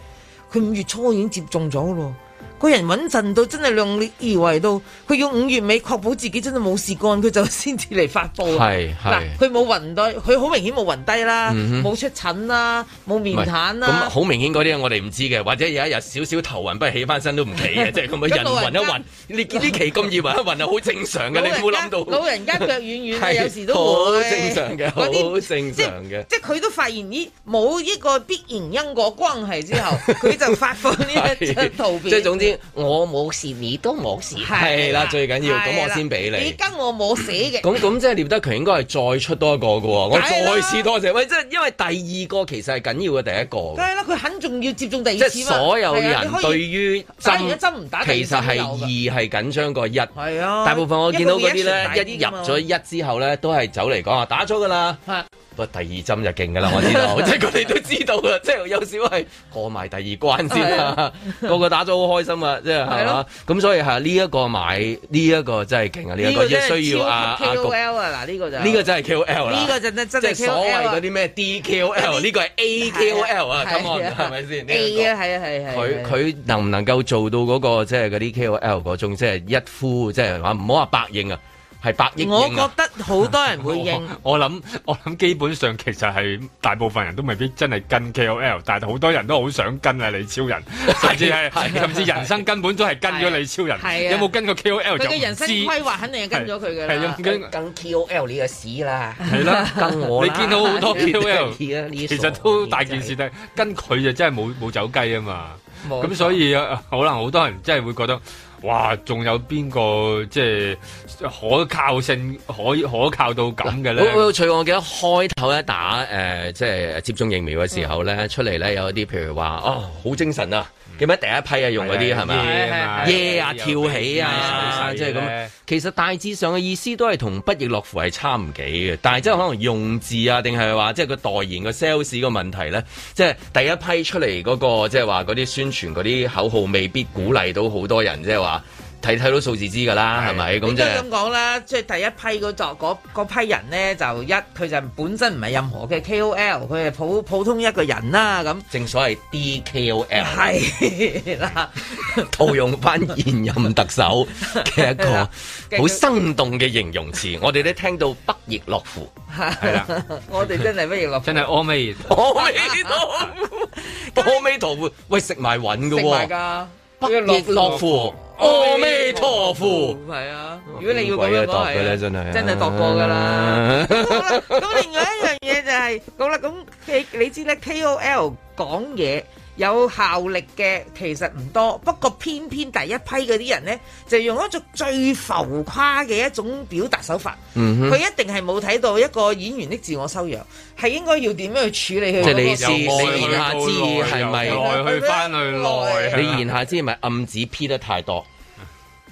S4: 佢五月初已經接種咗咯。個人穩陣到真係量力而為到，佢要五月尾確保自己真係冇事幹，佢就先至嚟發布。啊
S2: 係係
S4: 嗱，佢冇暈低，佢好明顯冇暈低啦，
S2: 嗯
S4: 冇出疹啦，冇面癱啊
S2: 咁
S4: 啦。
S2: 好明顯嗰啲我哋唔知嘅，或者有一日少少頭暈，不如起翻身都唔企 嘅，即係咁樣人暈一暈。你見呢期咁易暈一暈啊係好正常嘅，
S4: 老
S2: 你
S4: 人
S2: 冇
S4: 家
S2: 諗到。
S4: 老人家腳軟 軟啊，
S2: 係
S4: 有時都會
S2: 好正常嘅
S4: 嗰啲
S2: 好正常嘅
S4: 即即佢都發現咦冇一個必然因果關係之後，佢就發放 呢一張圖片。
S2: 即係總之，我冇事，你都冇事， 係啦，最緊要，咁我先俾
S4: 你
S2: 你。
S4: 跟我冇死嘅，
S2: 咁咁即係聂德強應該係再出多一個嘅喎，我
S4: 梗係啦
S2: 再次多謝。喂，即係因為第二個其實係緊要嘅第一個
S4: 梗
S2: 嘅，
S4: 係啦，佢肯仲要接種第
S2: 即
S4: 二次
S2: 係
S4: 嘛。
S2: 所有
S4: 係啊
S2: 人
S4: 你可以
S2: 對於
S4: 打完一針唔打第二
S2: 其
S4: 針
S2: 實
S4: 都
S2: 係
S4: 有㗎
S2: 二係緊張過一。
S4: 係啊，
S2: 大部分我見到嗰啲
S4: 因為
S2: 咧，一入
S4: reaction 大啲㗎嘛
S2: 咗一之後咧，都係走嚟講話打咗㗎啦。
S4: 係
S2: 不過第二針就勁㗎啦，我知 道，即係佢哋都知道㗎， 即係有少係過埋第二關先啦。 個個打咗好開心啊，即係
S4: 啊係
S2: 係嘛
S4: 咯？
S2: 咁所以係呢一個買呢一個真係勁啊！呢一個
S4: 個真係
S2: 需要啊
S4: 超級
S2: 啊局
S4: KOL 啊，嗱呢個就
S2: 呢個真係 KOL 啦，
S4: 呢個真真真
S2: 啊即係
S4: 係
S2: 所謂
S4: KOL 啊
S2: 嗰啲咩 DQL，呢個係 AQL 啊
S4: 係啊
S2: ，come on，係咪先？呢一個
S4: A 啊，係啊，係係。
S2: 佢
S4: 係
S2: 佢能唔能夠做到嗰個即係嗰啲 KOL 嗰種即係一呼即係話唔好話百應啊，係百億
S4: 我
S2: 應
S4: 覺
S2: 啊，
S4: 得好多人 會應。
S6: 我諗我諗基本上其實係大部分人都未必真係跟 KOL，但係好多人都好想跟啊李超 人，甚至係甚至人生根本都係跟咗李超人
S4: 啊係啊係，
S6: 有
S4: 啊
S6: 冇跟過 KOL
S4: 佢
S6: 就唔
S4: 嘅人生
S6: 知
S4: 規劃肯定係跟咗佢㗎
S6: 係
S4: 啦
S6: 啊。跟
S2: 更 KOL 呢個屎啦，
S6: 係啦，
S2: 更 我
S6: 你見到好多 KOL
S2: 其
S6: 其實都大件事，但係跟佢就真係冇冇走雞啊嘛。
S2: 冇
S6: 咁所以呃可能好多人真係會覺得，哇！仲有邊個即係可靠性可以可靠到咁嘅
S2: 好好
S6: 咧？
S2: 有趣，我記得開頭一打誒、呃即係接種疫苗嘅時候咧，出嚟咧有一啲譬如話，哦，好精神啊！記唔記得第一批啊用嗰啲係咪？耶啊，跳起啊，即係咁。其實大致上嘅意思都係同不亦樂乎係差唔幾嘅，但係即係可能用字啊，定係話即係個代言個 sales 個問題咧，即係第一批出嚟嗰、個即係話嗰啲宣傳嗰啲口號未必鼓勵到好多人，即係話睇睇到數字知㗎啦，係咪？咁
S4: 應
S2: 即係
S4: 該咁講啦，即係第一批嗰作嗰嗰批人咧，就一佢就本身唔係任何嘅 KOL，佢係普普通一個人啦咁。
S2: 正所謂 DKOL。
S4: 係啦，
S2: 套用翻現任特首嘅一
S4: 係啦
S2: 個好生動嘅形容詞，我哋都聽到不亦樂乎。
S6: 係啦，
S4: 我哋真係不如落
S6: 真係阿美。
S2: 我未 到，我未到，喂食埋韻嘅
S4: 食
S2: 喎，
S4: 埋㗎。
S2: 不亦樂乎。阿彌陀佛。
S4: 係啊，如果你要咁
S2: 鬼啊
S4: 樣講
S2: 度佢咧真
S4: 係
S2: 係
S4: 啊，真係度過㗎啦。咁 另外一樣嘢就係好啦，咁你你知咧 KOL 講嘢有效力嘅其實唔多，不過偏偏第一批嗰啲人咧就用一種最浮誇嘅一種表達手法，佢、
S2: 嗯哼
S4: 一定係冇睇到一個演員的自我修養係應該要點樣去處理佢嗰
S2: 即
S4: 個。
S2: 係你意思
S6: 由外
S2: 你言下之意係咪
S6: 由內去翻去內？
S2: 你言下之意咪暗指 P 得太多，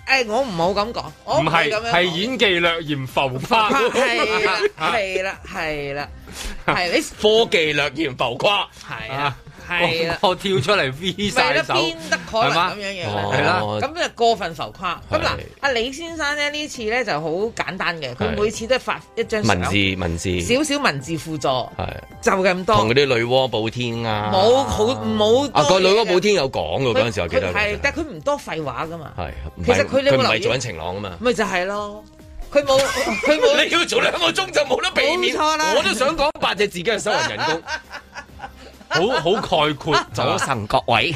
S4: 誒，我唔好咁講，我
S6: 唔
S4: 係
S6: 係
S4: 咁樣
S6: 係
S4: 講
S6: 演技略嫌浮花，
S4: 係啦，係啦，係啦， 係你
S2: 科技略嫌浮誇。
S4: 係啊，係啦，
S6: 我 跳出嚟 V
S4: 咪
S6: 晒
S4: 得
S6: 手，
S4: 邊得可能
S6: 係嘛
S4: 咁樣樣
S2: 哦
S4: 啦，
S6: 係啦
S4: 咁就過分浮誇。咁嗱
S2: 係，
S4: 阿李先生咧呢次咧就好簡單嘅，佢
S2: 係
S4: 每次都係發一張相
S2: 文字文字
S4: 少少文字輔助，
S2: 係
S4: 就咁
S2: 同嗰
S4: 多，
S2: 啲女娲補天啊，
S4: 冇好冇
S2: 啊個女娲補
S4: 冇
S2: 天有講嘅嗰陣時，我記得
S4: 係，但係佢唔多廢話噶嘛，
S2: 係唔係
S4: 其實佢你有
S2: 佢唔
S4: 冇留
S2: 係
S4: 意
S2: 做緊晴朗啊嘛。
S4: 咪就係咯，佢冇 佢冇
S2: 你要做兩個鐘就冇得避免，
S4: 冇錯啦
S2: 我都想講八隻字嘅收人人工。
S6: 好好概 括，
S2: 早晨各位，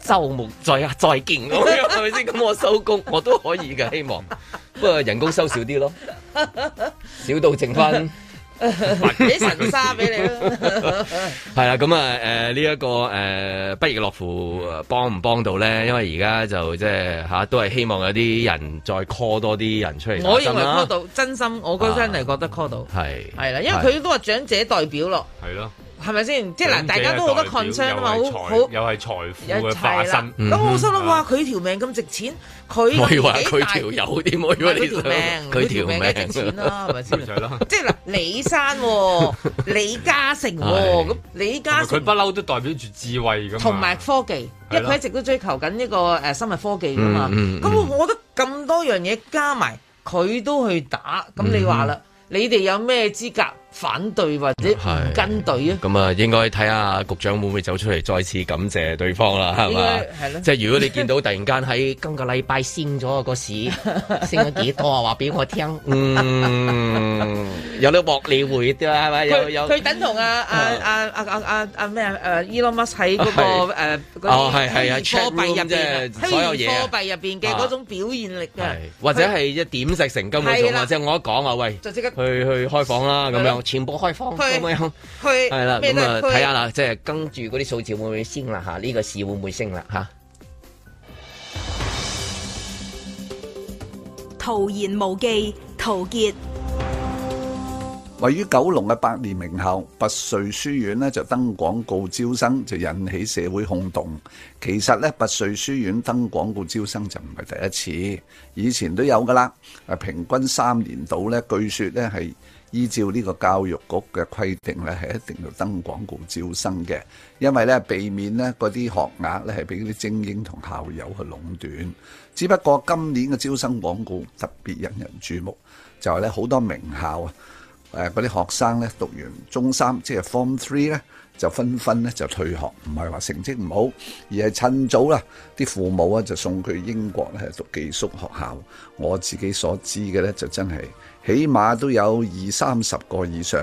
S2: 周末再再見咁 樣係咪先？咁我收工我都可以嘅，希望。不過人工收少啲咯，少到剩 翻。
S4: 俾神沙俾你 啦，
S2: 係啦，咁啊誒呢一個誒不亦樂乎呃幫唔幫到咧？因為而家就即係嚇都係希望有啲人再 call 多啲人出嚟打
S4: 我認
S2: 針
S4: 為 call
S2: 啦。啊
S4: 到真心，我嗰真係覺得 call 到。
S2: 係
S4: 係啦，因為佢都話長者代表咯，
S6: 係咯。
S4: 係咪先？即係嗱，大家都好多 concern 啊嘛，
S6: 又係財
S4: 好好
S6: 又係財富
S4: 有
S6: 嘅化
S4: 齊啦
S6: 身。。啊
S4: 咁我心諗哇，佢條命咁值錢，佢
S2: 嗯我以為
S4: 年紀
S2: 佢
S4: 大
S2: 條友添，我以為你
S4: 佢條命，
S2: 佢
S4: 佢
S2: 條命
S4: 條命梗係值錢啦，係咪
S6: 咪
S4: 先
S6: 就？ 係咯
S4: 即係嗱，李生 喎，李嘉誠喎，
S2: 係
S4: 咁李嘉
S6: 佢不
S4: 誠
S6: 嬲都代表住智慧咁。
S4: 同埋科技，因
S6: 係
S4: 為
S6: 啦
S4: 佢一直都追求緊呢個誒生物科技噶嘛。
S2: 嗯嗯
S4: 咁我覺得咁多樣嘢加埋，佢都去打，咁你
S2: 嗯
S4: 話啦，你哋有咩資格反對或者唔
S2: 係
S4: 跟隊啊？
S2: 咁啊，應該睇下局長會唔會走出嚟再次感謝對方啦，係
S4: 應
S2: 嘛
S4: 該係咯？
S2: 即係如果你見到突然間喺今個禮拜升咗個市， 升咗幾多啊？話俾我聽。嗯，有啲獲利回啲啦，係咪？有有
S4: 佢佢等同啊啊啊啊啊啊啊咩啊誒 Elon Musk 喺嗰個誒
S2: 哦
S4: 嗰
S2: 係係啊
S4: 啲虛擬貨幣入
S2: chat room
S4: 邊
S2: 啫
S4: 虛
S2: 所有
S4: 擬
S2: 嘢啊
S4: 貨幣入邊嘅嗰種表現力啊
S2: 係，或者係一點石成金嗰
S4: 係
S2: 種啊！
S4: 啦
S2: 即係我一講啊，喂，
S4: 就即刻
S2: 去去開房啦，咁
S4: 係
S2: 樣
S4: 咯
S2: 全部開房
S4: 去
S2: 咁樣。
S4: 佢
S2: 係啦，
S4: 咩
S2: 咁
S4: 都
S2: 啊
S4: 係
S2: 睇下啦，即係跟住嗰啲數字會唔會升啦嚇？呢個市會唔會升啦嚇？
S10: 徒言無忌，陶傑。
S11: 位於九龍嘅百年名校拔萃書院呢，就登廣告招生，就引起社會轟動。其實呢，拔萃書院登廣告招生就唔係第一次，以前都有噶啦。啊，平均三年度呢，據說呢係依照呢個教育局嘅規定呢，係一定要登廣告招生嘅，因為呢，避免呢嗰啲學額呢係俾嗰啲精英同校友去壟斷。只不過今年嘅招生廣告特別引人注目，就係呢好多名校啊。誒嗰啲學生咧讀完中三，即係 Form Three 咧，就紛紛咧就退學，唔係話成績唔好，而係趁早啦，啲父母啊就送佢英國咧讀寄宿學校。我自己所知嘅咧就真係起碼都有二三十個以上，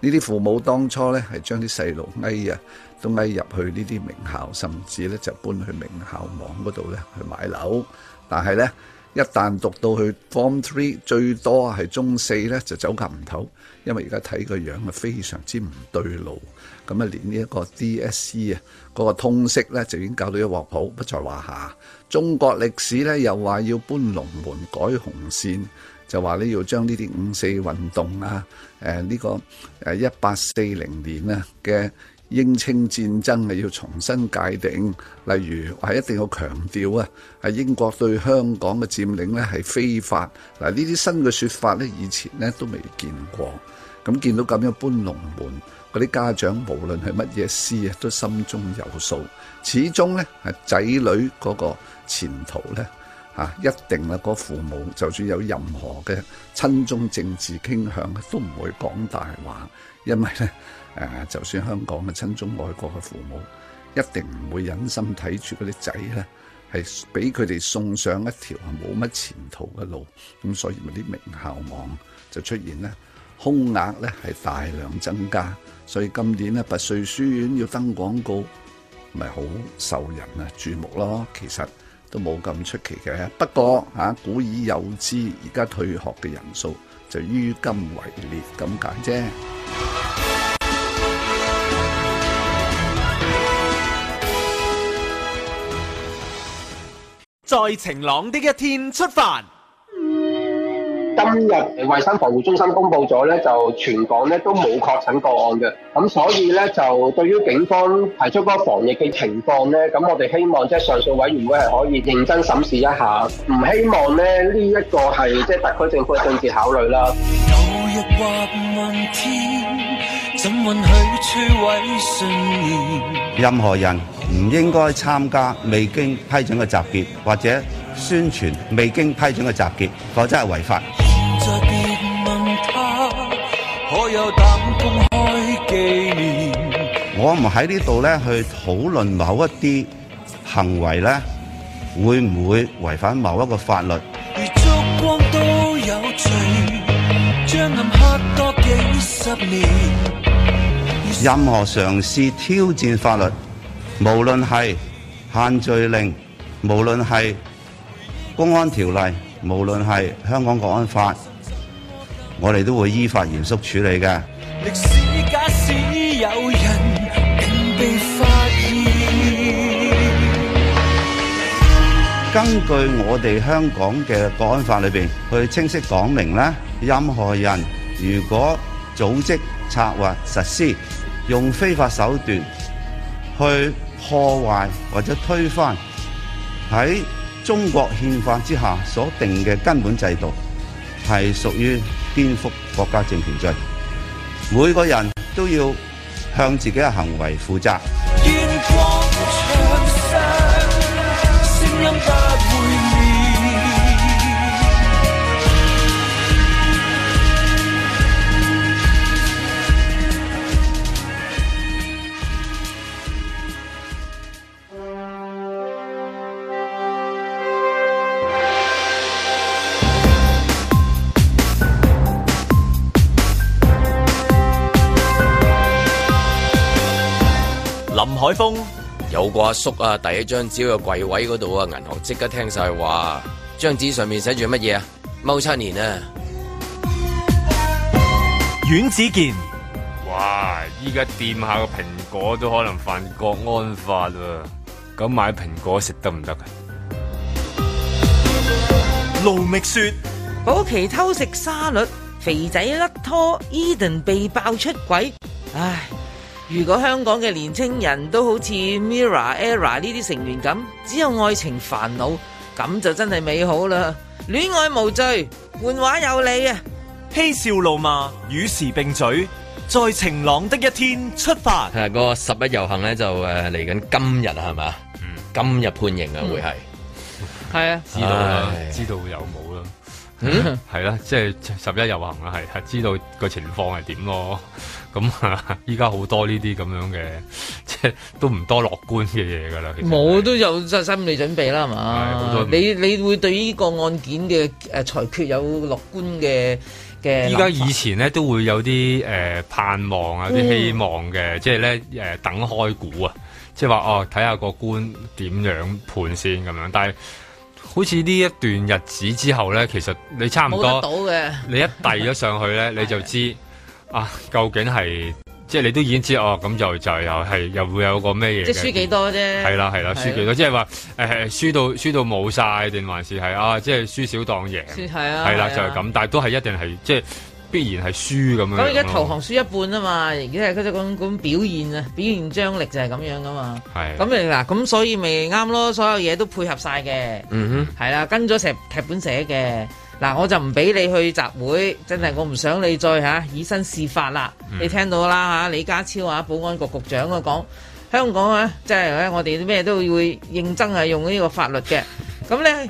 S11: 呢啲父母當初咧係將啲細路翳啊都翳入去呢啲名校，甚至咧就搬去名校網嗰度咧去買樓，但係咧。一旦讀到去 Form Three，最多係中四咧就走夾唔唞，因為而家睇個樣啊非常之唔對路，咁啊連呢一個 DSE 啊嗰個通識咧就已經搞到一鑊泡，不在話下。中國歷史咧又話要搬龍門改紅線，就話咧要將呢啲五四運動啊，誒、呢個誒一八四零年啊嘅。英清戰爭啊係要重新界定，例如係一定要強調啊，係英國對香港嘅佔領咧係非法。嗱，呢啲新嘅説法咧，以前咧都未見過。咁見到咁樣搬龍門，嗰啲家長無論係乜嘢師啊，都心中有數。始終咧係仔女嗰個前途咧。嚇，啊一定啦！嗰父母就算有任何嘅親中政治傾向，都唔會講大話，因為咧誒，就算香港嘅親中愛國嘅父母，一定唔會忍心睇住嗰啲仔咧係俾佢哋送上一條冇乜前途嘅路，咁所以咪啲名校網就出現咧空額咧係大量增加，所以今年咧拔萃書院要登廣告。咪好受人啊注目咯。其實都冇咁出奇嘅。不過嚇、啊古已有之，而家退學嘅人數就於今為列咁解啫。
S5: 在晴朗的一天出發。
S12: 今日呃衞生防護中心公布咗咧，就全港咧都冇確診個案嘅，咁所以咧就對於警方提出嗰個防疫嘅情況咧，咁我哋希望即係上訴委員會係可以認真審視一下，唔希望咧呢一個係即係特區政府嘅政治考慮啦。
S1: 日或問天，怎允許摧毀信念？
S13: 任何人唔應該參加未經批准嘅集結，或者宣傳未經批准嘅集結，否則係違法。
S1: 現在別問他，可有膽公開紀念？
S13: 我唔喺呢度咧去討論某一啲行為咧，會唔會違反某一個法律？
S1: 如燭光都有罪，將暗黑多幾十年。
S13: 任何嘗試挑戰法律，無論係限聚令，無論係公安條例，無論係香港國安法，我哋都會依法嚴肅處理嘅。
S1: 歷史假使有人竟被發現，
S13: 根據我哋香港嘅國安法裏邊，去清晰講明咧，任何人如果組織、策劃、實施用非法手段去破壞或者推翻喺中國憲法之下所定嘅根本制度，係屬於顛覆國家政權罪。每個人都要向自己嘅行為負責。
S1: 見光長生，聲音不會變。
S2: 林海峰有個阿叔啊，第一張紙嘅櫃位嗰度啊，銀行即刻聽晒話，張紙上面寫住乜嘢啊？踎七年啊！
S5: 阮子健，
S6: 哇！依家掂下個蘋果都可能犯國安法啊！咁買蘋果食得唔得啊？
S5: 盧觅雪，
S4: 保期偷食沙律，肥仔甩拖，Eden 被爆出軌，唉！如果香港嘅年青人都好似 Mira、Era 呢啲成員咁，只有愛情煩惱，咁就真係美好啦！戀愛無罪，換話有理啊！
S5: 嬉笑怒罵，與時並嘴，在晴朗的一天出發。
S2: 係個十一遊行咧就誒嚟緊今日係嘛？今日判刑啊會係
S6: 係啊，知道啦
S2: 唉，
S6: 知道有冇啦。
S2: 嗯
S6: 係啦，即係十一遊行啦，係係知道個情況係點咯。咁啊， 依家好多呢啲咁樣嘅， 即係都唔多樂觀嘅嘢㗎啦。其實
S4: 我都有心理準備啦，係
S6: 係好多
S4: 嘛？你你會對呢個案件嘅誒裁決有樂觀嘅嘅諗
S6: 依
S4: 法？
S6: 家以前咧都會有啲誒、呃盼望啊，有
S4: 嗯
S6: 啲希望嘅，即係咧誒等開估啊，即係話哦睇下個官點樣判先咁樣。但係好似呢一段日子之後咧，其實你差唔
S4: 冇得到啊
S6: 多，
S4: 嘅。
S6: 你一遞咗上去咧，你就知啊究竟係即係你都已經知哦，咁就就又係又會有個咩嘢嘅
S4: 即係輸幾多啫。
S6: 係啦係啦，輸幾多？即係話誒輸到輸到冇晒，定還是係啊？即係輸少當贏，
S4: 輸係啊
S6: 係啦
S4: 係啊
S6: 就係咁，但係都係一定係即係必然係輸咁樣樣
S4: 咁
S6: 咯。
S4: 而家投降輸一半啊嘛，而家係嗰種咁表現啊，表現張力就係咁樣噶嘛。
S6: 係
S4: 咁你嗱，咁所以咪啱咯，所有嘢都配合晒嘅。
S2: 嗯
S4: 係啦，跟咗成劇本寫嘅。嗱，我就唔俾你去集會，真係我唔想你再嚇、以身試法啦。
S2: 嗯
S4: 你聽到啦嚇、李家超啊，保安局局長啊講，香港啊，即係咧，我哋咩都會認真啊係用呢個法律嘅。咁咧，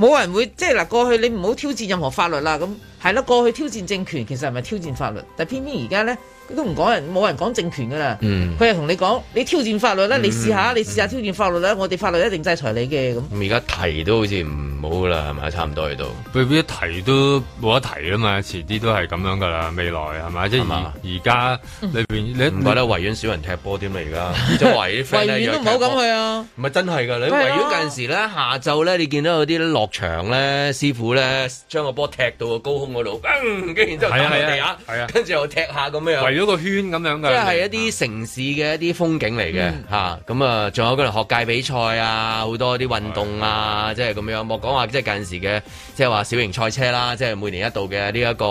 S4: 冇人會即係嗱，過去你唔好挑戰任何法律啦。咁係啦，過去挑戰政權其實係咪挑戰法律？但偏偏而家咧都唔講人，冇人講政權噶啦。
S2: 嗯
S4: 佢係同你講，你挑戰法律啦，
S2: 嗯
S4: 你試下，你試下挑戰法律啦，我哋法律一定制裁你嘅咁。
S2: 咁而家提都好似唔好啦，係咪？差唔多去到。
S6: 佢一提都冇得提啦嘛，遲啲都係咁樣噶啦，未來係咪？即係而而家裏邊你
S2: 唔怪得維園少人踢波添啦，而家即係維園啲 friend 咧
S4: 維園都唔好咁去啊！
S2: 唔係真係㗎，你
S4: 係
S2: 圍
S4: 啊
S2: 繞嗰陣時咧，下晝咧，你見到有啲落場咧，師傅咧將個波踢到個高空嗰度，嗯跟住然之後
S6: 係啊
S2: 打落地
S6: 係
S2: 下
S6: 啊係啊，
S2: 跟住又踢下咁樣，
S6: 圍咗 個圈咁樣㗎嗯
S2: 即係一啲城市嘅一啲風景嚟嘅嚇。咁啊，仲有嗰啲學界比賽啊，好多啲運動啊，即係咁樣。莫講話即係近時嘅，即係話小型賽車啦，即係每年一度嘅呢一個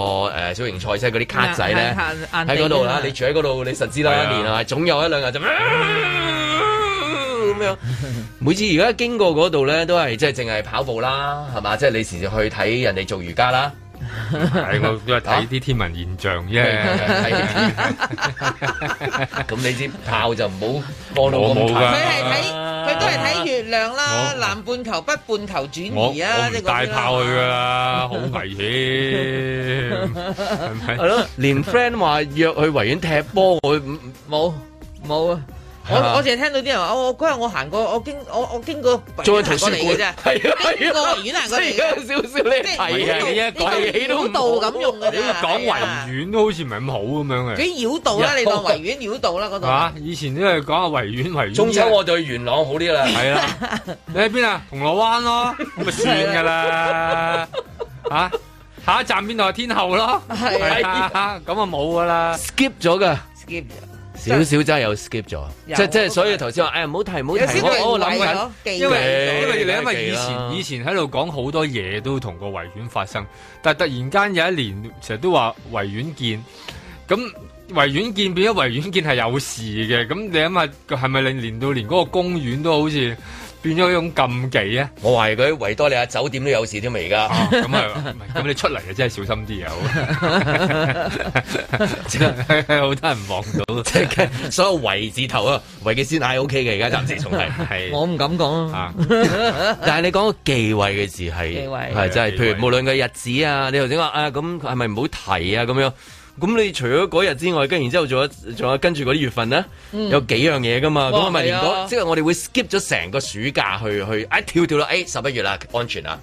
S2: 誒小型賽車嗰啲卡仔咧，
S6: 啊
S4: 硬硬
S2: 喺嗰度啦
S4: 硬，地
S2: 你住喺嗰度，你實知啦，
S6: 係
S2: 一
S6: 啊
S2: 年啊，總有一兩日就。咁 樣，每次而家經過嗰度咧，都係即係淨係跑步啦，係嘛？即係你時時去睇人哋做瑜伽啦，
S6: 係我都係睇啲天文現象啫。
S2: 咁你知炮就唔好放到
S6: 我
S2: 咁
S6: 冇㗎
S4: 佢係睇，佢都係睇月亮啦，
S6: 我
S4: 南半球、北半球
S6: 我
S4: 轉移啊，
S6: 我
S4: 即係
S6: 唔
S4: 嗰
S6: 帶
S4: 啲啦。
S6: 炮去㗎啦，好危險，係咪？
S2: 係咯，連 friend 話約去維園踢波，我唔
S4: 冇冇啊！我
S2: 係嘛
S4: 我淨係聽到啲人話，我我嗰日我行過，我經我我經過維
S2: 做緊
S4: 園
S2: 圖
S4: 行
S2: 書
S4: 過嚟嘅
S2: 館，係啊
S4: 啫，經過維園行過嚟
S2: 即係而
S4: 嘅
S2: 家有少少你
S4: 即
S2: 係
S4: 係
S2: 啊， 你一
S4: 呢個
S2: 講起都
S4: 繞道咁用嘅
S6: 你
S4: 啫，
S6: 講
S4: 係
S6: 維
S4: 啊
S6: 園都好似唔係咁好咁樣
S4: 佢
S6: 嘅，
S4: 繞道啦，你當維園繞道啦嗰
S6: 係嘛
S4: 度。？
S6: 以前都係講下維園維園。啊
S2: 中秋我對元朗好啲啦，
S6: 係啦， 你喺邊啊？銅鑼灣咯，咁咪算㗎
S2: 啊
S6: 啦，嚇！下一站邊度啊？天后咯，
S4: 係
S6: 啊，咁啊冇㗎啦。
S2: skip 咗㗎。
S4: skip
S2: 少少真係有 skip 咗，
S6: Dạ,
S4: 有
S2: 即即係所以頭先話，哎誒唔好提唔好
S4: 有少
S2: 提，
S4: 少
S2: 我我諗
S4: 忌諱
S2: 緊
S4: 咯，忌諱
S6: 因為
S2: 忌
S6: 因為你
S2: 忌
S6: 因為以前以前喺度講好多嘢都同個維園發生，但係突然間有一年成日都話維園見，咁維園見變咗維園見係有事嘅，咁你諗下係咪令連到連嗰個公園都好似變咗一種禁忌啊？
S2: 我懷疑佢維多利亞酒店都有事添啊！而家
S6: 咁 啊，唔係咁你出嚟啊，真係小心啲啊！啊 好好多人望到，
S2: 即係所有維字頭啊，維嘅先嗌 OK 嘅，而家暫時仲係係。
S4: 我唔敢講
S6: 啊。
S2: 但係你講個忌諱嘅字
S4: 忌
S2: 係
S4: 諱
S2: 係真係，
S6: 忌諱
S2: 譬如無論佢日子啊，你頭先話啊，咁係咪唔好提啊咁樣？咁你除咗嗰日之外，跟然之後仲有仲有跟住嗰啲月份咧，
S4: 嗯
S2: 有幾樣嘢噶嘛？咁
S4: 哇
S2: 係咪連
S4: 係啊
S2: 嗰即係我哋會 skip 咗成個暑假去去，一跳跳到誒十一月啦，安全 啦。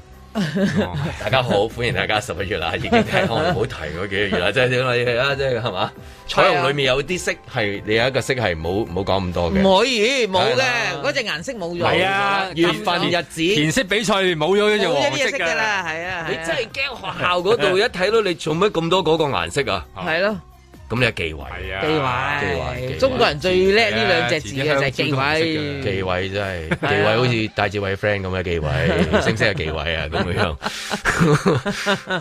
S2: 大家好，歡迎大家十一月啦，已經聽我唔好提嗰幾個月啦，即係點嚟啊？即係係嘛？彩虹裏面有啲色係你有一個色係唔好唔好講咁多嘅，
S4: 唔可以 冇
S2: 係啊
S4: 嘅
S2: 啦，
S4: 嗰隻顏色冇
S2: 係
S4: 用。
S6: 係啊，
S2: 月份日子
S6: 填色比賽冇咗一隻
S4: 冇咗
S6: 黃
S4: 啲嘢
S6: 色
S4: 識
S6: 㗎
S4: 㗎。啦，係啊，
S2: 你
S4: 係啊
S2: 真係驚學校 嗰度一睇到你做乜咁多嗰個顏色啊？
S4: 係咯，
S2: 咁你係忌諱，
S6: 係啊，
S4: 忌諱。
S2: 忌諱
S4: 中國人最叻呢
S2: Dạ,
S4: 兩隻字
S6: 係
S4: 嘅
S6: 啊
S4: 就係忌諱。
S2: 忌諱 真係忌
S4: 啊
S2: 諱，好似戴志偉 friend 咁嘅忌諱，星星嘅忌諱啊咁樣，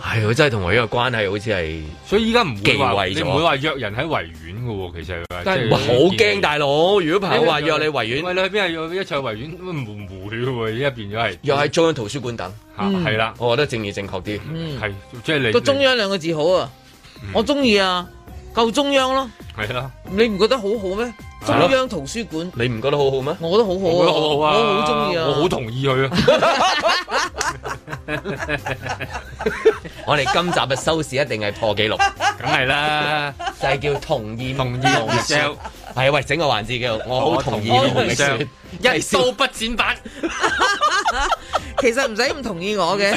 S2: 係佢真係同我呢個關係好似係，
S6: 所以依家唔會話
S2: 忌諱咗
S6: 你唔會話約人喺維園㗎喎，其實
S4: 但係
S6: 即係
S2: 哇好驚大佬！如果朋友話約你維
S6: 喂，
S2: 園，
S6: 你去邊啊？約一齊去維園唔唔會喎，依家變咗係
S2: 又係中央圖書館等，
S6: 嚇係啦，
S2: 我覺得正義正確啲。
S4: 嗯，
S6: 係即係你
S4: 個中央兩個字好啊，我中意啊，夠中央咯。
S6: 係啦，
S4: 你唔覺得好好咩？
S6: 係咯
S4: 中央圖書館，
S2: 你唔覺得好好咩？
S4: 我覺得好
S6: 我覺得好
S4: 好
S6: 好啊，
S4: 我好中意啊，
S6: 我好同意佢啊。
S2: 我哋今集嘅收視一定係破紀錄，
S6: 梗係啦，
S2: 就係叫同意
S6: 同意
S2: 同
S6: 同
S2: 意
S6: sell，
S2: 係喂，整個環節叫我好同意
S6: 我
S2: 同
S6: 同
S2: 意
S6: 意
S2: 說，
S6: 一刀不剪 版，
S4: 其實唔使唔同意我嘅，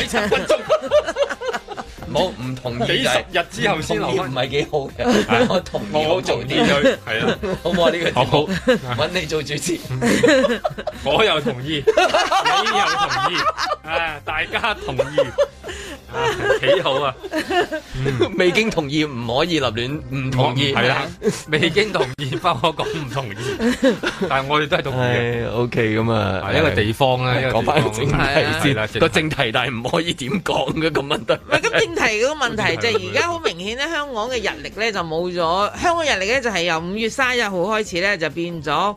S2: 冇唔同意
S6: 幾
S2: 就
S6: 十
S2: 係
S6: 日之後先留
S2: 唔同意
S6: 翻
S2: 唔。係幾好 嘅，我同意好做啲
S6: 佢，係啦，
S2: 好唔好啊？呢個節目
S6: 好
S2: 揾你做主持，
S6: 我又同意，你又同意，啊，大家同意，啊，幾好啊！
S2: 未經同意唔可以立亂唔
S6: 我
S2: 同意，
S6: 係啦，未經同意，不可講唔同意， 但係我哋都係同意嘅。
S2: 係 OK 咁啊，
S6: 啊一個地方啦，一個
S2: 講
S6: 地方
S2: 翻正題
S6: 係啦
S2: 先，個正題但係唔可以點講嘅咁啊問得。
S4: 唔係咁正題嗰個 問題，就係而家好明顯咧，香港嘅日曆咧就冇咗。香港日曆咧就係由五月三十一號開始咧就變咗誒、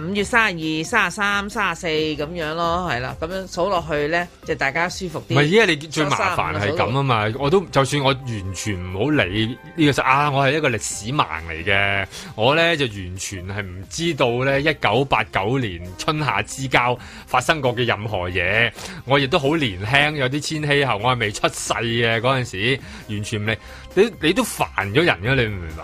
S4: 誒五月三十二、三十三、三十四咁樣咯，係啦，咁樣數落去咧就大家舒服
S6: 唔
S4: 啲。
S6: 係，依家你最麻煩係咁
S4: 啊！
S6: 啊嘛！我都就算我完全唔好理呢個事啊，我係一個歷史盲嚟嘅，我咧就完全係唔知道咧一九八九年春夏之交發生過嘅任何嘢。我亦都好年輕，有啲千禧後，我係未出世嘅嗰陣時，完全唔理你，你都煩咗人嘅，你明唔明白？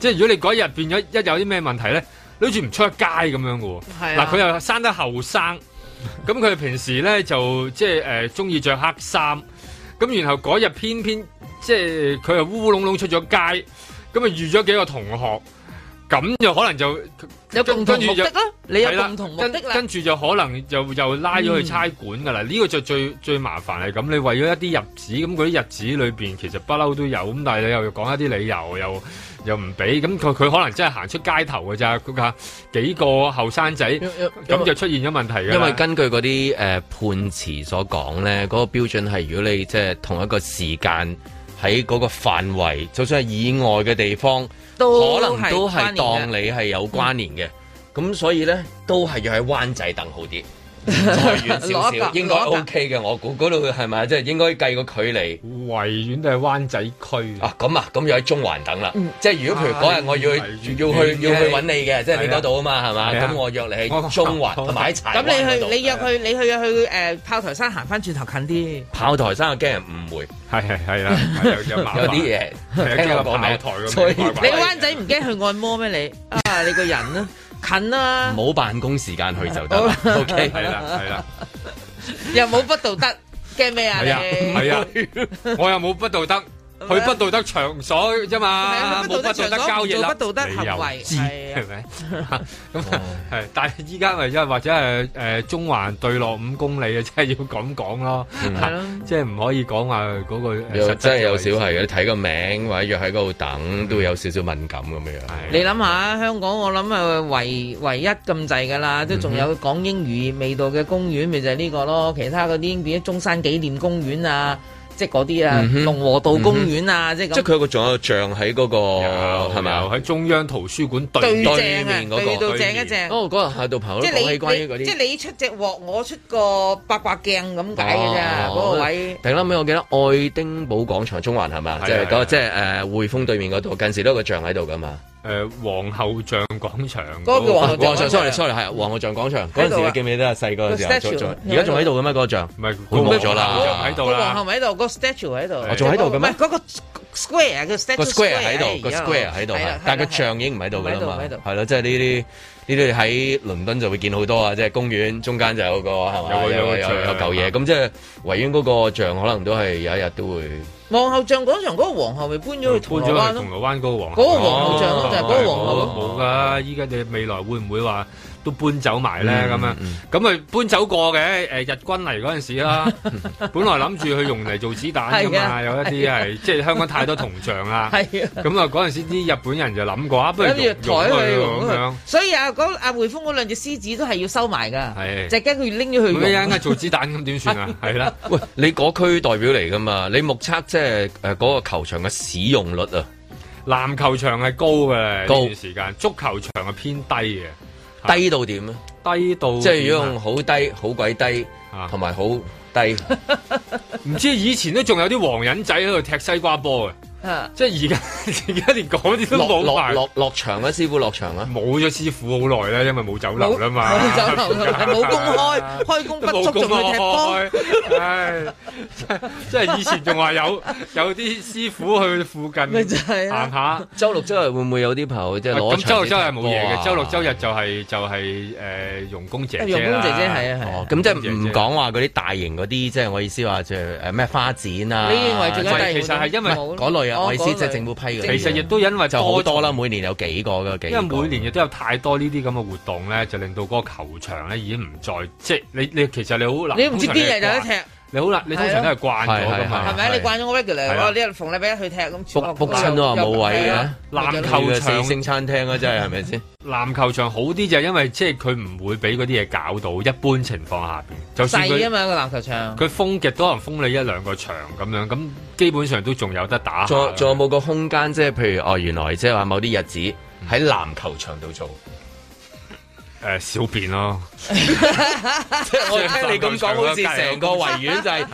S6: 即係如果你嗰日變咗一有啲咩問題咧，你好似唔出得街咁樣嘅喎。
S7: 係
S6: 嗱
S7: 啊，
S6: 佢又生得後生。咁佢平時咧就即係誒中意着黑衫，咁然後嗰日偏偏即係佢又烏烏隆隆出咗街，咁啊遇咗幾個同學，咁就可能就
S4: 有共同目的
S6: 跟
S4: 啦你有
S6: 係啦
S4: 共同目
S6: 跟
S4: 的啊啦
S6: 跟住就可能又又拉咗去
S4: 嗯
S6: 差館噶啦，呢、個就最最麻煩係咁。你為咗一啲日子，咁嗰啲日子裏邊其實不嬲都有，咁但係你又要講一啲理由，又又唔俾，咁佢佢可能真係行出街頭㗎咋，佢嚇幾個後生仔，咁就出現咗問題㗎啦。
S2: 因為根據嗰啲誒呃判詞所講咧，嗰、個標準係如果你即係同一個時間喺嗰個範圍，就算係以外嘅地方，
S4: 都
S2: 可能都係
S4: 係關聯嘅
S2: 當你係有關聯嘅。咁所以咧，都係要喺灣仔等好 啲，再遠少
S4: 攞一
S2: 少
S4: 笪
S2: 應該
S4: 攞一笪
S2: OK 嘅。我估嗰度係咪即係應該計個距離？
S6: 維園都係灣仔區
S2: 啊，咁啊，咁要喺中環等啦。
S6: 嗯
S2: 即係如果譬如嗰日我
S6: 啊
S2: 要去要去要去揾你嘅，即係你嗰度啊嘛，係嘛？
S6: 係啊
S2: 咁我約你喺中環同埋喺柴
S4: 咁
S2: 灣嗰
S4: 你
S2: 度
S4: 去，你約佢，你去去誒炮台山行翻轉 頭近
S2: 炮台山又驚人誤會，
S6: 係係係啦，有
S2: 有
S6: 麻煩
S2: 啲嘢
S6: 係啊
S2: 聽
S6: 驚個
S2: 我講名
S6: 炮台咁
S2: 所以
S6: 怪
S4: 啲。你灣仔唔驚去按摩咩？你啊，你個人啊，近啦，
S2: 冇辦公時間去就得啦。
S4: 好
S2: OK，
S4: 係啦 係
S6: 啦，
S4: 又冇不道德，驚咩啊？
S6: 係 啊
S4: 你
S6: 係啊，我又冇不道德，去不道德場所啫嘛，冇
S4: 啊係啊去不
S6: 不道
S4: 道德場所
S6: 德交易啦，
S4: 唔做不道德行為
S6: 你又知
S4: 係啊
S6: 係咪？ 咁
S2: 哦
S6: 係，但係依家咪因為或者係誒中環對落五公里啊，即係要咁講咯，
S2: 係
S4: 咯，
S6: 即係唔可以講話嗰個
S2: 嗯又
S6: 實質
S2: 真係有
S6: 位
S2: 少
S6: 置
S2: 係嘅，你睇個名或者約喺嗰度等，都有少少敏感咁樣。
S4: 你諗下，香港我諗啊，唯唯一咁滯噶
S2: 嗯
S4: 啦，都仲有講英語味道嘅公園，咪就係呢個咯。其他嗰啲已經變咗中山紀念公園啊，即係嗰啲啊
S2: 嗯，哼嗯
S4: 龍和道公園啊，即係
S2: 即係
S4: 咁。
S2: 佢有個仲有個像喺嗰個係咪啊
S6: 喺中央圖書館
S4: 對正啊
S2: 對面嗰個
S4: 對到正一正啊
S2: 哦，嗰日下到朋友
S4: 即
S2: 都
S4: 係
S2: 講起關於
S4: 你
S2: 嗰
S4: 你，
S2: 啲
S4: 即。係你出隻鑊，我出個八卦鏡咁解嘅
S2: 哦
S4: 咋，嗰個位。
S2: 突然諗起，我記得愛丁堡廣場中環係嘛，
S6: 係啊
S2: 即係
S6: 係
S2: 嗰
S6: 係
S2: 即係誒匯豐對面嗰度，近時都有個像喺度噶嘛。
S6: 誒皇后像廣場
S2: 嗰個叫皇
S6: 嗰
S2: 后像
S6: 個
S2: 廣場，sorry sorry，係啊皇后像廣場嗰陣時，你記唔記得啊？細個嘅時
S4: 個
S2: 候仲，
S4: statue
S2: 仲而家仲喺度嘅咩？嗰個像
S6: 唔係
S2: 好冇咗啦，
S6: 喺度
S4: 個皇
S6: 啦，
S4: 后咪喺度，個 statue 喺度，
S2: 我仲喺度嘅咩
S4: 唔係嗰個 square 嘅 statue
S2: 個 square 喺
S4: 哎
S2: 度，個
S4: 呀
S2: square 喺度啊
S4: 係啦，
S2: 但係
S4: 係啦
S2: 個像已經唔喺度㗎啦嘛
S4: 唔喺度唔喺，
S2: 係咯，即係呢啲呢啲喺倫敦就會見好多啊，即係公園中間就有個係嘛，
S6: 有個
S2: 有個
S6: 有個
S2: 有有
S6: 像
S2: 嚿嘢，咁即係維園嗰個像可能都係有一日都會
S4: 皇后像廣場嗰個皇后咪搬咗去
S6: 搬
S4: 銅
S6: 咗去
S4: 鑼灣咯
S6: 銅鑼。灣嗰個皇后，
S4: 嗰個皇后像咯就係嗰個皇后咯
S6: 冇噶，依家你未來會唔會話都搬走埋咧
S2: 嗯
S6: 咁樣？咁啊搬走過嘅誒日軍嚟嗰陣時 啦，本來諗住去用嚟做子彈噶
S7: 係
S6: 嘛，
S7: 啊
S6: 有一啲係即係香港太多銅像啦。
S4: 係啊
S6: 咁啊嗰陣時啲日本人就諗過啊，不如
S4: 跟
S6: 用
S4: 住
S6: 用佢
S4: 抬去
S6: 咁樣。
S4: 所以啊，嗰阿匯豐嗰兩隻獅子都係要收埋噶，
S2: 係
S4: 就係驚佢拎咗去
S6: 咁一
S4: 用
S6: 陣 間做子彈咁點算啊？係啦，
S2: 哎喂，你嗰區代表嚟噶嘛？你目測即係誒嗰個球場嘅使用率啊，
S6: 籃球場係高嘅呢
S2: 高
S6: 段時間，足球場係偏低嘅，啊
S2: 低到點咧？啊
S6: 低到
S2: 即係
S6: 點
S2: 如
S6: 啊
S2: 果用好低、好鬼低，同埋好低，
S6: 唔知以前都仲有啲黃人仔喺度踢西瓜波嘅，
S4: 啊
S6: 即係而家 而家連嗰啲都
S2: 落
S6: 冇
S2: 落
S6: 埋。
S2: 落落場啊，師傅落場啊，
S6: 冇咗師傅好耐啦，因為冇酒樓啦嘛，
S4: 冇酒樓啦冇 公開開工不足
S6: 冇公
S4: 仲 去踢波
S6: 開唉，即係以前仲話有有啲師傅去附近
S4: 啊
S6: 行下。啊
S2: 周六周日會唔會有啲朋友即係攞
S6: 咁周六周日
S2: 場
S6: 冇嘢嘅，周六周
S2: 日
S6: 日就係就係誒傭工姐姐
S2: 傭工姐姐
S4: 係啊係啊
S2: 哦，咁即係唔講話嗰啲大型嗰啲，即係我意思話就誒咩花展啊，
S4: 你認為仲有
S2: 即係
S4: 大型
S6: 其實係因為
S2: 嗰類
S4: 哦
S2: 啊，我意思即係政府批嗰啲啊
S6: 其實亦都因為
S2: 就好
S6: 多
S2: 多啦，每年有幾個嘅幾
S6: 因為
S2: 個。
S6: 每年亦都有太多呢啲咁嘅活動咧，就令到嗰個球場咧已經唔再即係你你其實你好難，
S4: 你唔知邊日
S6: 日
S4: 有得踢，
S6: 你好難，你通常都係慣咗噶嘛，
S4: 係咪啊？你慣咗我 regular，
S6: 係啊
S4: 我呢日逢禮拜一去踢咁。
S2: book book 親都話冇位
S4: 係
S2: 嘅
S4: 啊，
S6: 籃球場
S2: 四星餐廳啊，真係係咪先？
S6: 籃球場好啲就係因為即係佢唔會俾嗰啲嘢搞到，一般情況下邊，就算
S4: 細啊
S6: 佢
S4: 嘛個籃球場。
S6: 佢封極都可能封你一兩個場咁樣，咁基本上都仲有得打下
S2: 仲有仲有冇個空間？即係譬如哦，原來即係話某啲日子喺籃球場度做，
S6: 誒小便咯，
S2: 即係我聽你咁講，好似成個維園就係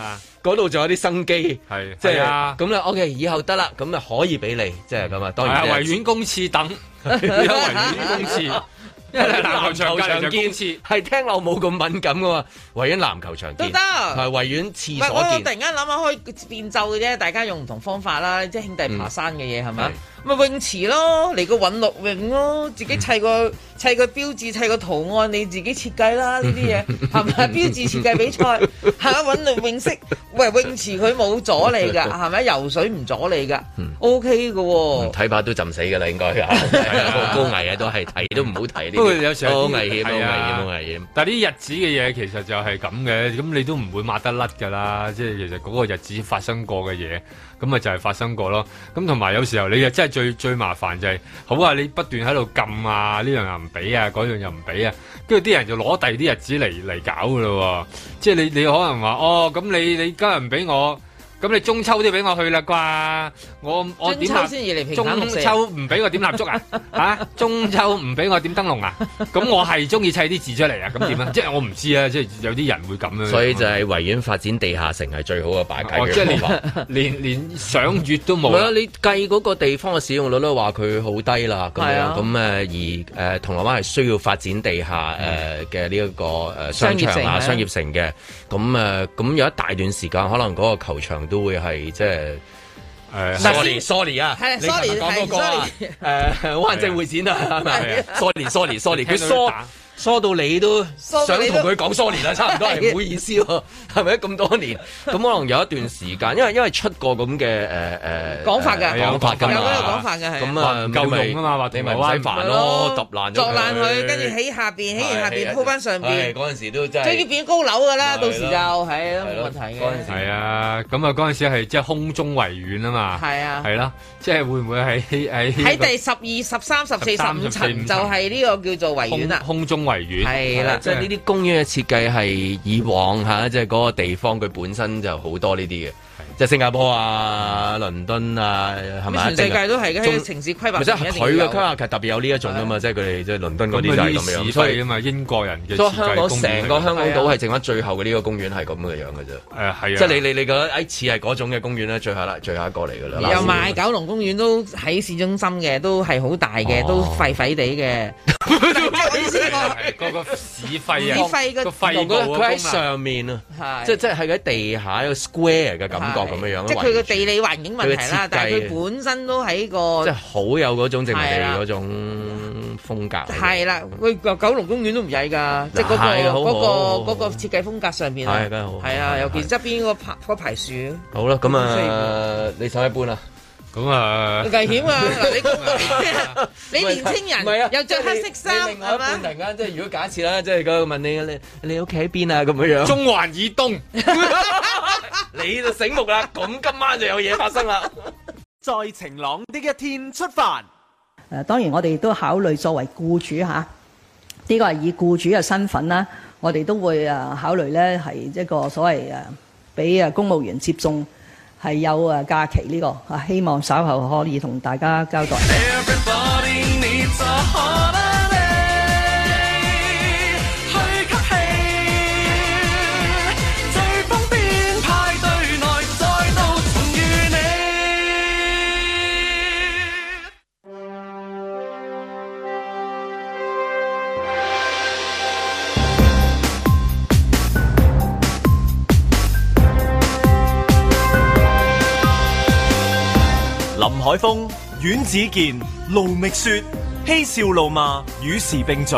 S2: 嗰度仲有啲生機，
S6: 係
S2: 即係
S6: 係啊
S2: 咁啦。OK，以後得啦，咁啊可以俾你，即係咁啊。當然
S6: 係啊維園公廁 等，啊
S2: 維
S6: 園公廁
S2: 因為籃
S6: 籃
S2: 球
S6: 球
S2: 場
S6: 場
S2: 見
S6: 見
S2: 係聽落冇咁敏感噶嘛，維園籃球場見
S4: 都得
S2: 係維園
S4: 唔
S2: 廁
S4: 係，我
S2: 所
S4: 我突
S2: 見
S4: 然。間諗下開變奏嘅啫，大家用唔同方法啦，即係兄弟爬山嘅嘢係
S2: 嗯
S4: 咪？咪泳池咯，嚟個韻律泳咯，自
S2: 嗯
S4: 己砌個砌個標誌，砌個圖案，你自己設計啦呢啲 嘢係咪？標誌設計比賽係咪？韻律泳式，喂泳池佢冇阻你 㗎，係咪？游水唔阻你㗎，OK
S2: 嗯
S4: 㗎喎。
S2: 睇怕都浸死噶啦，應該啊，係啊 好高危啊，都係睇都唔好睇呢啲。
S6: 不過有時
S2: 好
S6: 候
S2: 危險，好危
S6: 係
S2: 險，
S6: 啊
S2: 好危險。
S6: 但係啲日子嘅嘢其實就係咁嘅，咁你都唔會抹得甩㗎啦。即係其實嗰個日子發生過嘅嘢，咁咪就係發生過咯。咁同埋有時候你又真係最最麻煩就係、好啊！你不斷喺度撳啊，呢樣又唔俾啊，嗰樣又唔俾啊，跟住啲人就攞第二啲日子嚟嚟搞㗎咯喎。即係你你可能話哦，咁你你今日唔俾我。咁你中秋都俾我去啦啩？我我點
S4: 中秋
S6: 蠟
S4: 先至嚟平反六
S6: 中
S4: 四啊
S6: 秋唔俾我點蠟燭啊？ 嚇！中秋唔俾我點燈籠啊？咁我係中意砌啲字出嚟啊！咁 點啊？即係我唔知啊！即係有啲人會咁樣。
S2: 所以就係維園發展地下城係最好嘅擺解
S6: 哦即係
S2: 決
S6: 連
S2: 方法。
S6: 連連賞月都冇
S2: 唔係啊
S6: 啦！
S2: 你計嗰個地方嘅使用率都話佢好低啦，咁
S6: 係
S2: 樣
S6: 啊
S2: 咁誒而誒呃銅鑼灣係需要發展地下誒嘅呢一個誒商場啊、商
S6: 嗯商
S2: 業
S6: 業
S2: 城嘅，咁誒呃咁有一大段時間可能嗰個球場都會係即係。呃誒
S6: 嗱
S2: sorry sorry 啊，
S6: 係
S2: 你琴日
S6: sorry，
S2: 講嗰個啊
S6: 係
S2: 誒 灣仔會展啊，係
S6: 係
S2: 咪
S6: 啊
S2: ？sorry sorry sorry，佢
S6: 聽到
S2: 疏
S6: 都打
S2: 疏到你都想
S6: 疏到
S2: 同
S6: 你都
S2: 佢講 sorry 啦，差唔多係
S6: 係
S2: 唔好意思喎， 係咪咁多年？咁可能有一段時間，因為因為出過咁嘅誒誒
S4: 講法㗎啊
S2: 誒講法㗎嘛
S4: 有嗰個講法㗎係
S2: 咁
S6: 話
S2: 啊
S6: 唔夠用啊嘛話
S2: 你
S6: 銅鑼灣
S2: 咪唔使煩咯，揼爛咗
S4: 作爛佢，跟住喺下邊，喺完下邊鋪翻上
S2: 係
S4: 邊，
S2: 嗰陣時都真
S4: 最要
S2: 係
S4: 變高樓㗎啦，
S6: 係
S4: 到時就
S6: 咯
S4: 係啊，冇問題嘅。
S6: 係啊，咁啊嗰陣時係即係空中維園啊嘛，
S4: 係啊
S6: 係啦，即係會唔會喺喺
S4: 喺第十二、十三、十四、十五層就係呢個叫做維園啦。
S6: 空空中維園
S4: 係啦
S2: 即係呢啲公園嘅設計係以往嚇，即係嗰個地方佢本身就好多呢啲嘅，即係新加坡啊、倫敦啊，係咪？
S4: 全世界都係嘅，喺
S2: 中
S4: 城市規劃
S2: 咪即係
S4: 入面一定
S2: 佢嘅
S4: 要有
S2: 規劃劇特別有呢一種啊噶嘛，即係佢哋即係倫敦嗰啲就係咁樣，
S6: 咁
S2: 所
S6: 所以
S2: 以
S6: 啊嘛，英國人嘅
S2: 所以
S6: 設
S2: 香
S6: 計
S2: 港
S6: 公園
S2: 成
S6: 嚟
S2: 個
S6: 㗎
S2: 香港
S6: 係
S2: 島
S6: 啊
S2: 係剩翻最後嘅呢個公園係咁嘅樣嘅啫。
S6: 誒係啊，
S2: 即係你你你覺得誒哎似係嗰種嘅公園咧，最後啦，最後一個嚟㗎啦。
S4: 又賣九龍公園都喺市中心嘅，都係好大嘅，都廢廢地嘅。
S6: 個個屎肺啊，
S4: 屎肺個
S6: 個肺
S2: 我
S6: 部
S2: 覺得
S6: 啊
S2: 佢喺
S6: 功能
S2: 上面啊，
S4: 係
S2: 即係即係喺地下一個 square 嘅感覺咁樣啊樣。
S4: 即係佢個地理環境問題
S2: 佢嘅
S4: 啦
S2: 設計，
S4: 但係佢本身都喺個
S2: 即係好有嗰種殖民
S4: 係
S2: 地
S4: 啦
S2: 嗰種風格。
S4: 係啊啦。喂，九龍公園都唔曳㗎，即係嗰
S2: 係好
S4: 個
S2: 好
S4: 嗰個嗰個設計風格上邊啊
S2: 係梗係好
S4: 係啊，尤其側邊嗰排嗰排樹，
S2: 好啦，咁
S4: 所以
S2: 啊，你手一搬啦。
S6: 咁啊
S4: 危險啊！嗱，你講到你年青人又着黑色衫
S2: 你另外
S4: 係
S2: 一半
S4: 嘛
S2: 突？然間即係如果假設啦，即係佢問你你你屋企喺邊啊咁樣樣。
S6: 中環以東，
S2: 你就醒目啦， 咁今晚就有嘢發生啦。
S5: 在晴朗的一天出發。
S14: 誒、當呃然我哋都考慮作為僱主嚇，呢個係以僱主嘅身份啦，我哋都會誒考慮咧係一個所謂誒俾誒公務員接種係有誒假期呢、個啊，希望稍後可以同大家交代。
S1: Everybody needs a holiday，去吸氣，最方便派對內再度重遇你。
S5: 林海峰、阮子健、卢觅雪，嬉笑怒骂，与时并举，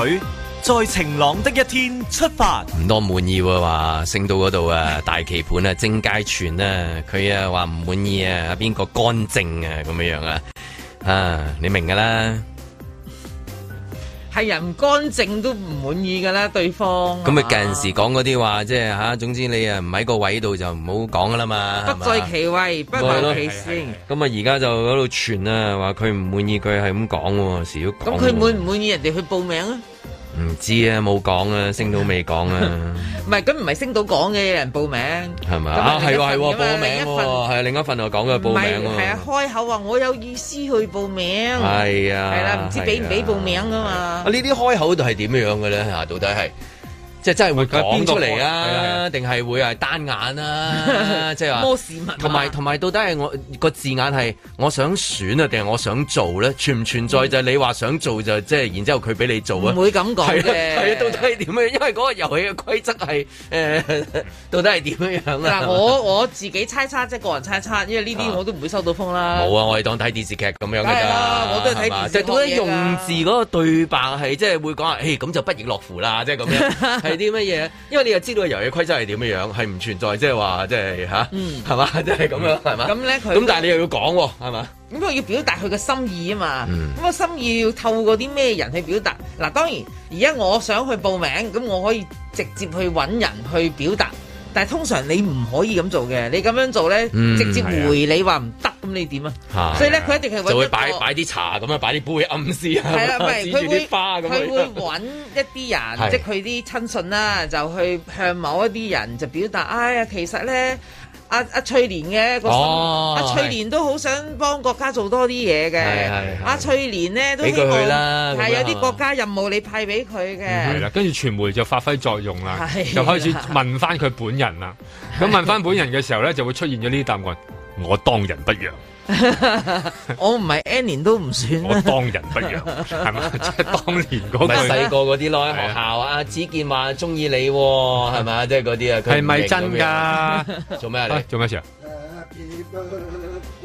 S5: 在晴朗的一天出发。
S2: 唔多滿意喎，話升到嗰度啊，大棋盤啊，正佳全啊，佢啊話唔滿意啊，邊個乾淨啊咁樣樣啊，啊你明㗎啦。
S4: 係人乾淨都唔滿意㗎啦，對方
S2: 咁咪啊
S4: 係嘛
S2: 近時講嗰啲話，即係嚇，總之你啊唔喺個位度就唔好講㗎啦嘛。係
S4: 不
S2: 嘛
S4: 在其位，不
S2: 咪係
S4: 謀
S2: 咯
S4: 其先。
S2: 咁啊，而家就喺度傳啊，話佢唔滿意，佢係咁講喎，時都講
S4: 咁
S2: 喎。
S4: 佢滿唔滿意人哋去報名啊？
S2: 唔知啊，冇講啊，升到未講啊，
S4: 唔係，咁唔係升到港嘅有人報名，
S2: 係咪
S4: 咁
S2: 啊？
S4: 另
S2: 係
S4: 一
S2: 喎係
S4: 份
S2: 喎，
S4: 㗎嘛
S2: 報
S4: 另一
S2: 名
S4: 份
S2: 喎，係啊另一份又講佢
S4: 唔
S2: 報
S4: 係
S2: 名
S4: 係
S2: 喎
S4: 啊，。開口話我有意思去報名，
S2: 係啊
S4: 係啦，唔知俾唔俾報名噶嘛
S2: 啊，呢？啲開口度係點樣嘅咧？嚇，到底係即係真係會講出嚟啊，定係會係單眼 啊？即係話
S4: 摩士文啊
S2: 同埋同埋到底係我個字眼係我想選啊，定係我想做咧？存唔存在就係你話想做就即係，然之後佢俾你做啊？
S4: 嗯唔會咁講嘅
S2: 係啊係啊，到底係點樣？因為嗰個遊戲嘅規則係誒， 到底係點樣樣啊？
S4: 嗱，我我自己猜測即係個人猜測，因為呢啲我都唔會收到風啦。
S2: 冇啊！我係當睇電視劇咁樣嘅
S4: 梗係
S2: 咋
S4: 啦，我都係睇
S2: 係嘛
S4: 電視
S2: 即係到底
S4: 學嘢㗎
S2: 用字嗰個對白係即係會講話，誒咁就不亦樂乎啦，即係咁樣係啲乜嘢？因為你又知道個遊戲規則係點樣樣，係唔存在即係話即係吓，
S4: 嗯
S2: 係嘛？ 即係咁樣係嘛？
S4: 咁咧佢
S2: 咁但係你又要講喎，係嘛？
S4: 咁佢要表達佢嘅心意啊嘛，
S2: 嗯
S4: 咁個心意要透過啲咩人去表達？嗱，當然而家我想去報名，咁我可以直接去揾人去表達，但係通常你唔可以咁做嘅，你咁樣做呢，
S2: 嗯
S4: 直接
S2: 係啊
S4: 回你話唔得，咁你點啊？所以呢，佢一定係揾一
S2: 就
S4: 個
S2: 會擺擺啲茶咁樣，擺啲杯暗 示啊，
S4: 係啦，唔係
S2: 指
S4: 佢
S2: 住
S4: 會
S2: 啲花咁啊
S4: 佢
S2: 樣。
S4: 會揾一啲
S2: 係
S4: 人，即係佢啲親信啦，就去向某一啲人就表達，哎呀，其實咧。阿阿翠蓮嘅個心，
S2: 哦
S4: 阿
S2: 係
S4: 翠蓮都好想幫國家做多啲嘢
S2: 係
S4: 嘅
S2: 係係。
S4: 阿翠蓮呢都
S6: 俾
S4: 希
S6: 佢
S4: 望
S6: 去啦咁
S4: 係
S6: 樣
S4: 有
S6: 係嘛
S4: 啲國家任務你派俾佢
S6: 嗯係啦
S4: 嘅。，
S6: 跟住傳媒就發揮作用啦
S4: 係，啊
S6: 就開始
S4: 啦
S6: 問翻佢本人啦。咁問翻本人嘅時候咧，就會出現咗呢啲答案：我當仁不讓，
S4: 我唔係 N 年都唔算
S6: 我
S4: 啦。
S6: 當仁不讓， 係嘛？即係當年嗰
S2: 咪
S6: 句
S2: 細個嗰啲 咯，喺學校啊，子健話中意你喎，係咪啊？即係嗰啲啊，佢唔
S6: 係咪
S2: 明
S6: 真
S2: 咁樣
S6: 㗎？
S2: 做咩啊？
S6: 喂
S2: 你
S6: 做咩事啊？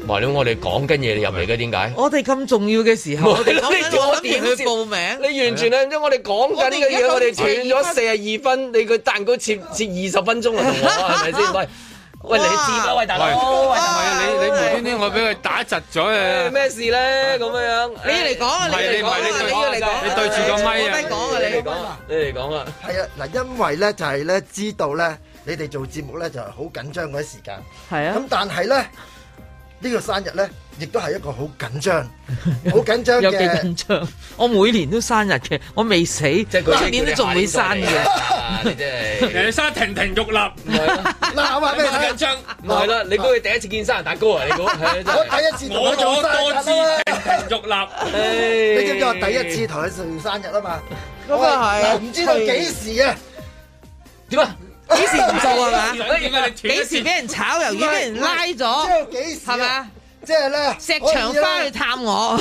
S2: 話你我哋講緊嘢，你入嚟嘅點解？
S4: 我哋咁重要嘅時候，我哋講
S2: 你
S4: 緊
S2: 叫我
S4: 我諗住去
S2: 點
S4: 報名，
S2: 你完全係因為我哋講緊呢個嘢，我哋斷咗四
S4: 四
S2: 十二分，你個蛋糕切切二十分鐘啊，同我係咪先？喂喂，你接啦，喂大佬，喂
S6: 你你無端端我俾佢打窒咗啊！
S2: 咩事咧？咁樣樣，
S4: 你嚟講啊，你
S2: 係
S4: 嚟講啊，
S2: 你
S4: 你要嚟講啊，
S6: 你對住個咪啊
S4: 你講啊，你
S2: 你嚟講啊，你嚟講啊，
S15: 係啊，嗱，因為咧就係咧知道咧，你哋做節目咧就係好緊張嗰啲時間。
S4: 係啊
S15: 咁但係咧呢個生日咧，亦都係一個好緊 張、好緊張
S4: 有幾
S15: 嘅
S4: 緊。張？我每年都生日嘅，我未死，今年都仲會生嘅。
S2: 你真係。
S6: 你生亭亭玉立，
S15: 嗱，我話俾你
S2: 緊
S15: 聽，
S2: 張，唔係啦！你估佢第一次見生日蛋糕啊？你 估？
S15: 我第一次同佢做生日啊嘛。
S2: 唉
S15: 你知唔知我第一次同佢做生日啊嘛？
S4: 咁啊係
S15: 我唔知道幾時啊？
S2: 點啊？
S4: 幾時唔做係 嘛？
S6: 點解你
S4: 幾時俾人炒魷魚，俾人拉
S15: 唔知道
S4: 咗，
S15: 幾時啊
S4: 係嘛？
S15: 即係咧，
S4: 石牆花去探我，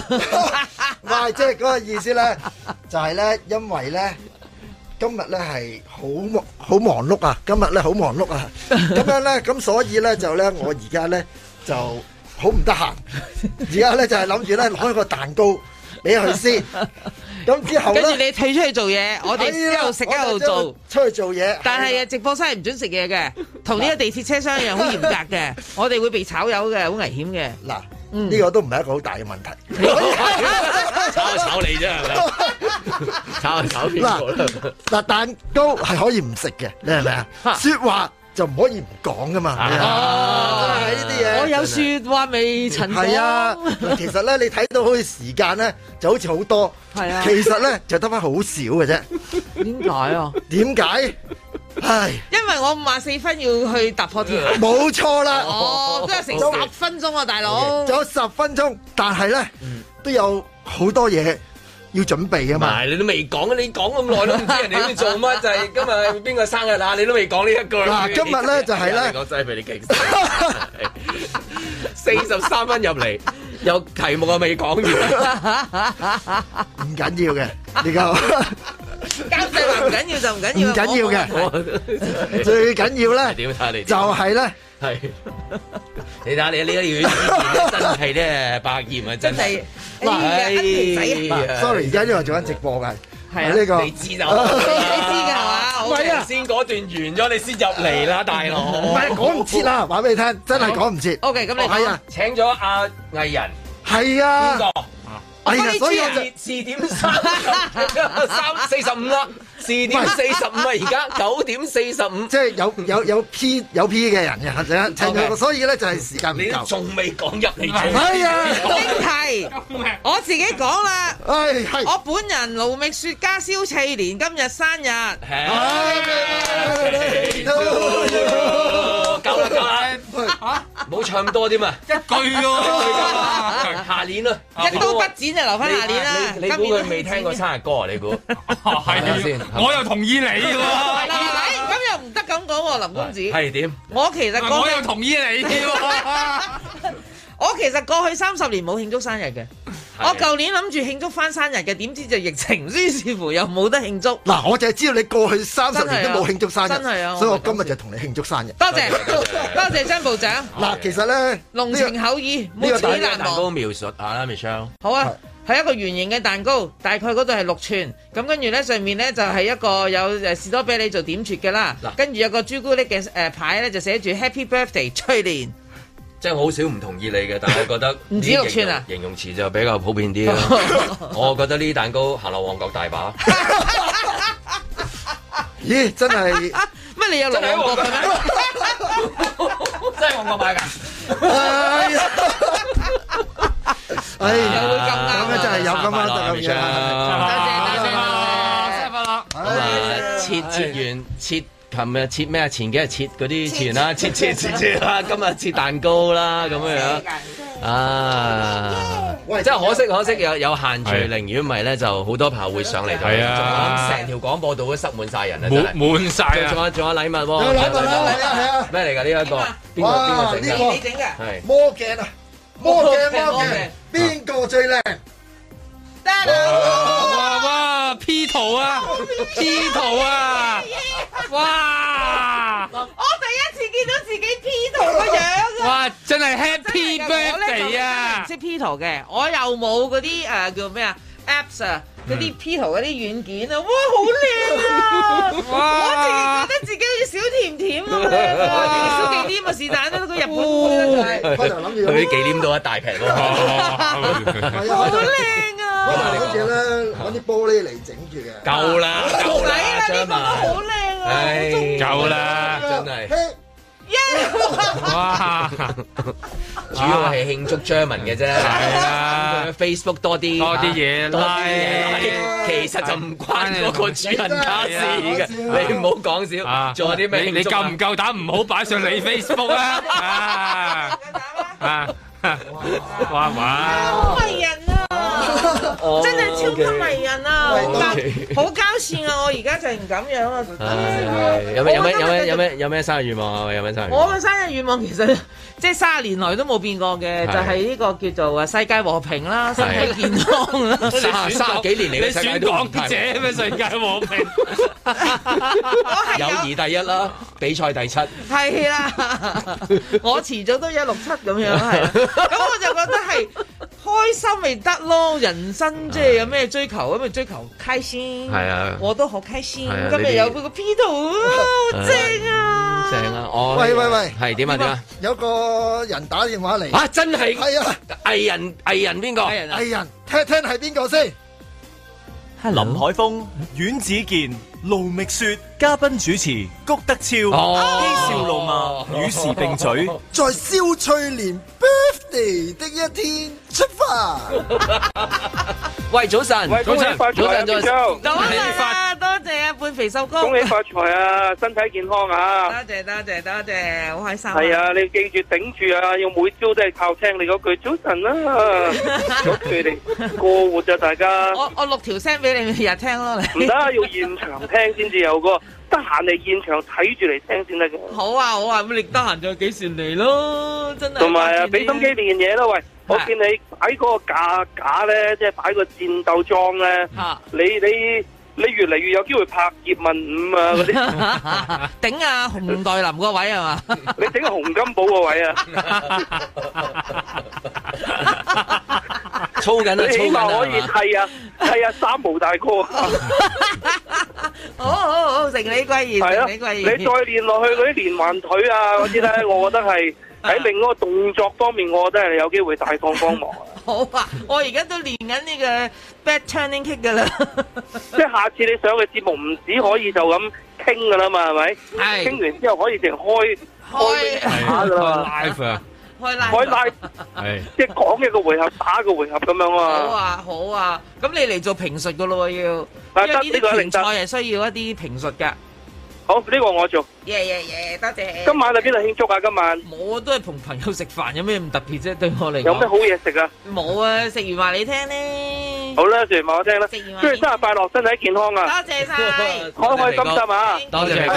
S15: 唔係，即係嗰個意思 咧，就係咧，因為咧，今日咧係好忙好忙碌啊，今日咧好忙碌啊， 咁樣咧，咁所以咧就咧，我而家咧就好唔得閒，而家咧就係諗住咧攞一個蛋糕俾佢先，咁之後
S4: 跟住
S15: 咧，
S4: 你退出去做嘢，我哋
S15: 係啦
S4: 一路食一
S15: 我
S4: 路
S15: 就
S4: 做。
S15: 出去做嘢，
S4: 但係啊，直播室係唔准食嘢嘅，同呢個地鐵車廂一樣，好嚴格 嘅。我哋會被炒魷嘅，好危險嘅。嗯
S15: 嗱，呢個都唔係一個好大嘅問題。
S2: 炒就炒你啫，係咪？炒就炒邊個啦？
S15: 嗱，蛋糕係可以唔食嘅，你係咪啊？説話就唔可以唔講噶嘛。係咪啊
S4: 哦，
S15: 真係呢啲嘢
S4: 我有説話未曾講。
S15: 係啊，其實咧，你睇到好似時間咧，就好似好多，
S4: 係啊
S15: 其實咧就得翻好少嘅啫。
S4: 點解啊？
S15: 點解？唉，
S4: 因為我五十四分要去突破鐵欄。
S15: 冇錯啦。
S4: 哦，都有成
S15: 仲
S4: 十分鐘啊，大佬。
S15: 仲有十分鐘，但係咧都有好多嘢要準備啊
S2: 唔
S15: 嘛。
S2: 係你都未講，你講咁耐都唔知人哋要做乜，就係今日邊個生日啦？你都未講呢一句。
S15: 嗱今日呢就係 呢
S2: 我真係俾你 激死。四十三分入嚟，有題目我未講完。
S15: 唔緊要嘅，你夠。
S4: 監製話唔緊要就唔緊要，
S15: 唔緊要 嘅
S4: 我冇問題
S15: 最緊要咧
S2: 點睇你？
S15: 就係咧，
S2: 係，你睇下你呢個月之前咧，真係咧百厭啊，真係。
S4: 嗱哎呀
S2: 哎呀
S15: 嗱，sorry，而家因為做緊直播㗎，
S4: 係啊
S15: 呢個
S2: 你知就好啦
S4: 你知㗎係嘛？好
S2: 唔係
S4: 嘅
S2: 啊，先嗰段完咗，你先入嚟啦，大 佬。
S15: 唔係講唔 切啦，話俾你聽，真係講唔切。
S4: OK，咁你講
S15: 係啊，
S2: 請咗阿藝人
S15: 係啊
S2: 邊。個？
S15: 係啊，所以我就
S2: 四點三三四十五啦，四點四十五啊，而家九點四十五，
S15: 即係有有有 P 有 P 嘅人嘅，聽聽
S2: OK
S15: 所以咧就係時間唔
S2: 你都
S15: 夠。
S2: 仲未講入嚟，
S15: 係啊
S4: 題，我自己講啦。
S15: 係
S4: 我本人盧覓雪加蕭翠蓮今日生日。
S2: 夠啦夠啦，冇唱多啲嘛，一句喎，下年啦，
S4: 一刀不剪就留翻下年啦。
S2: 你你估佢未聽過 生日歌啊？你 估係咪先？
S6: 我又同意你
S4: 嗱，
S6: 喎，
S4: 嗱咁又唔得咁講喎，林公子。
S2: 係點？
S4: 我其實過
S6: 我
S4: 去
S6: 又同意你喎。
S4: 我其實過去三十年冇慶祝生日嘅，我舊年諗住慶祝翻生日嘅，點知就疫情，於是乎又冇得慶祝。
S15: 嗱，我就係知道你過去三十年
S4: 真係
S15: 都
S4: 啊
S15: 冇慶祝生日，
S4: 真係啊
S15: 所以
S4: 我
S15: 我今日就同你慶祝生日。
S4: 多謝多謝張部長，
S15: 嗱，其實咧，
S4: 濃情厚意，
S2: 呢
S4: 冇
S2: 個
S4: 此
S2: 蛋
S4: 難
S2: 蛋
S4: 忘。
S2: 糕描述下啦，Michelle。
S4: 好啊，係一個圓形嘅蛋糕，大概嗰度係六寸，咁跟住呢，上面呢就係、一個有誒士多啤梨做點綴嘅啦，跟住有個朱古力嘅誒牌呢，就寫住 Happy Birthday 翠蓮，
S2: 即係我好少唔同意你嘅，但係我覺得
S4: 唔止六寸啊
S2: 呢啲形容形容詞就比較普遍啲 啦。我覺得呢啲蛋糕行落旺角大把，
S15: 咦， 真係
S4: 乜你有六
S2: 真係喺
S4: 個
S2: 旺角
S4: 嘅咩？
S2: 真係旺角買㗎。
S15: 哎呀哎呀
S2: 又會咁啱啊
S15: 咁樣真係有咁啱得咁樣。
S2: 咁啊，切切完切。琴日切咩啊？前幾日切嗰啲切完啦，切切切切 啦，今日切蛋糕啦，咁樣樣啊！真係可惜可惜有有限聚令，如果唔係咧，就好多朋友會上嚟就
S6: 係啊
S2: 成條廣播道都塞滿晒人啊！真
S6: 滿
S2: 係
S6: 滿晒啊
S2: 仲有仲有禮物
S15: 有
S2: 喎！
S15: 禮物啦係啊係啊！
S2: 咩嚟㗎呢一個？邊個邊
S15: 哇！
S2: 個
S15: 呢
S2: 整
S15: 個
S2: 㗎？係
S15: 魔鏡啊，魔鏡魔
S4: 魔
S15: 鏡
S4: 鏡，
S15: 邊個最靚？
S6: 哇哇 P 圖啊 P 圖啊， 哇
S4: 我第一次見到自己 P 圖個樣 啊！
S6: 哇真係 Happy
S4: 我咧就
S6: Birthday
S4: 真係唔
S6: 啊！
S4: 識 P 圖嘅，我又冇嗰啲誒叫咩啊 Apps 啊，
S6: 嗯
S4: 嗰啲 P 圖嗰啲軟件啊，哇好靚啊！
S6: 哇
S4: 我淨係覺得自己好似小甜甜咁靚啊，小忌廉啊是但啦，佢日本妹啦就係。
S15: 開頭諗住
S2: 佢忌廉到一大平
S15: 哦
S2: 喎，
S15: 好
S4: 靚啊！
S15: 我諗住咧揾啲玻璃嚟整住嘅。
S2: 夠啦夠啦，
S4: 呢個
S2: 張
S4: 都好
S2: 文，
S4: 靚啊！
S2: 唉，
S6: 夠啦
S2: 真係。
S6: 哇！
S2: 主要係慶祝張文嘅啫，係
S6: 啦
S2: ，Facebook 多啲
S6: 多啲嘢
S2: 多啲
S6: like
S2: 嘢 like，其實就唔關嗰個主人家事
S6: 係
S2: 嘅，
S6: 啊
S2: 你唔好講
S6: 啊
S2: 少，仲有啲咩
S6: 你你
S2: 慶祝
S6: 夠
S2: 啊
S6: 唔夠膽唔好擺上你 Facebook 啊？啊啊！哇哇！
S4: 好迷人啊！真係超級迷人啊！
S2: 哦
S4: 但
S2: OK
S4: 好交線啊！我而家就係唔咁樣啊！
S2: 唉有咩有咩有咩有
S4: 咩？
S2: 咩有咩生日願望啊？有咩生日願
S4: 我
S2: 望？
S4: 嘅生日願望其實即係卅年來都冇變過嘅，
S2: 係
S4: 就係呢個叫做啊世界和平啦，身體健康 啦。
S2: 三卅幾年嚟嘅世界
S6: 選
S2: 都
S6: 港
S2: 唔太
S6: 姐咩世界和平？
S2: 友誼第一啦，比賽第七，
S4: 係啦，我遲早都一六七咁樣係啦，咁我就覺得係開心咪得咯，人生即係有咩追求咁咪追求開心，
S2: 係啊
S4: 我都好開心
S2: 係啊，
S4: 今
S2: 呢啲
S4: 日有佢個 P 圖啊，好正啊！
S2: 正啊！我
S15: 喂喂喂
S2: 係點啊點啊？
S15: 有個人打電話嚟，
S2: 啊真係
S15: 係啊，
S2: 藝人藝人邊個？藝
S15: 藝人聽聽係邊個先？
S5: 林海峰、阮子健、盧觅雪，嘉賓主持谷德超，嬉
S2: 哦
S5: 笑怒罵，與時並嘴。
S15: 在蕭翠蓮 birthday 的一天出發。
S2: 喂早晨，
S9: 喂
S2: 早
S9: 恭喜
S2: 晨，
S9: 發財
S2: 早晨，早
S9: 啊
S2: 晨
S9: 邊個。
S4: 多謝啊，多謝啊，半肥瘦高，
S9: 恭喜發財啊，身體健康
S4: 多
S9: 啊！
S4: 謝多謝多謝，好開心。
S9: 係啊，你記住頂住啊！要每朝都係靠聽你嗰句早晨啊 啦，祝佢哋過活啊！大家
S4: 我我錄條聲俾你，日日聽咯。
S9: 唔
S4: 你
S9: 得，啊要現場聽先至有個，得閒嚟現場睇住嚟聽先得嘅。
S4: 好啊好啊，咁你得閒就幾時嚟咯？真係
S9: 同埋啊，俾心機練嘢啦，
S4: 啊
S9: 喂！我見你擺嗰個架架咧，即係擺個戰鬥裝咧，
S4: 啊
S9: 你你你越嚟越有機會拍葉問五啊嗰 啲，
S4: 頂啊洪代林個位係 嘛？
S9: 你整個洪金寶個 位啊！
S2: 操緊啊，操
S9: 你起
S2: 緊啊
S9: 碼可以
S2: 係嘛
S9: 砌啊砌啊三毛大哥啊！
S4: 好好好， 成你貴言，
S9: 係啊，
S4: 成
S9: 你
S4: 你
S9: 再
S4: 貴言。
S9: 練落去嗰啲連環腿啊嗰啲咧，我覺得係喺另一個動作方面，我覺得係有機會大放光芒啊！
S4: 好啊，我而家都練緊呢個 back turning kick 噶啦。
S9: 即係下次你上嘅節目唔止可以就咁傾噶啦嘛，係咪？傾完之後可以淨開開打噶啦嘛。
S6: live 啊，
S4: 開
S9: 開 live
S6: 係
S9: 即係講一個回合打一個回合咁樣
S4: 好
S9: 啊嘛。
S4: 啊，好啊，咁你嚟做評述噶咯喎要，
S9: 啊
S4: 因為呢
S9: 得呢個一
S4: 啲拳
S9: 定
S4: 賽係需要一啲評述噶。
S9: 好，呢個我做。
S4: 耶耶耶，多謝。
S9: 今晚喺邊度慶祝啊？今晚
S4: 我都係同朋友食飯，有咩咁特別啫？對我嚟講，
S9: 有咩好嘢食啊？
S4: 冇啊，食完話你聽呢。
S9: 好啦，食完話我聽啦。
S4: 食完話
S9: 祝你生日快樂，身體健康啊！
S4: 多謝晒。
S9: 開開心心啊！
S2: 多謝肥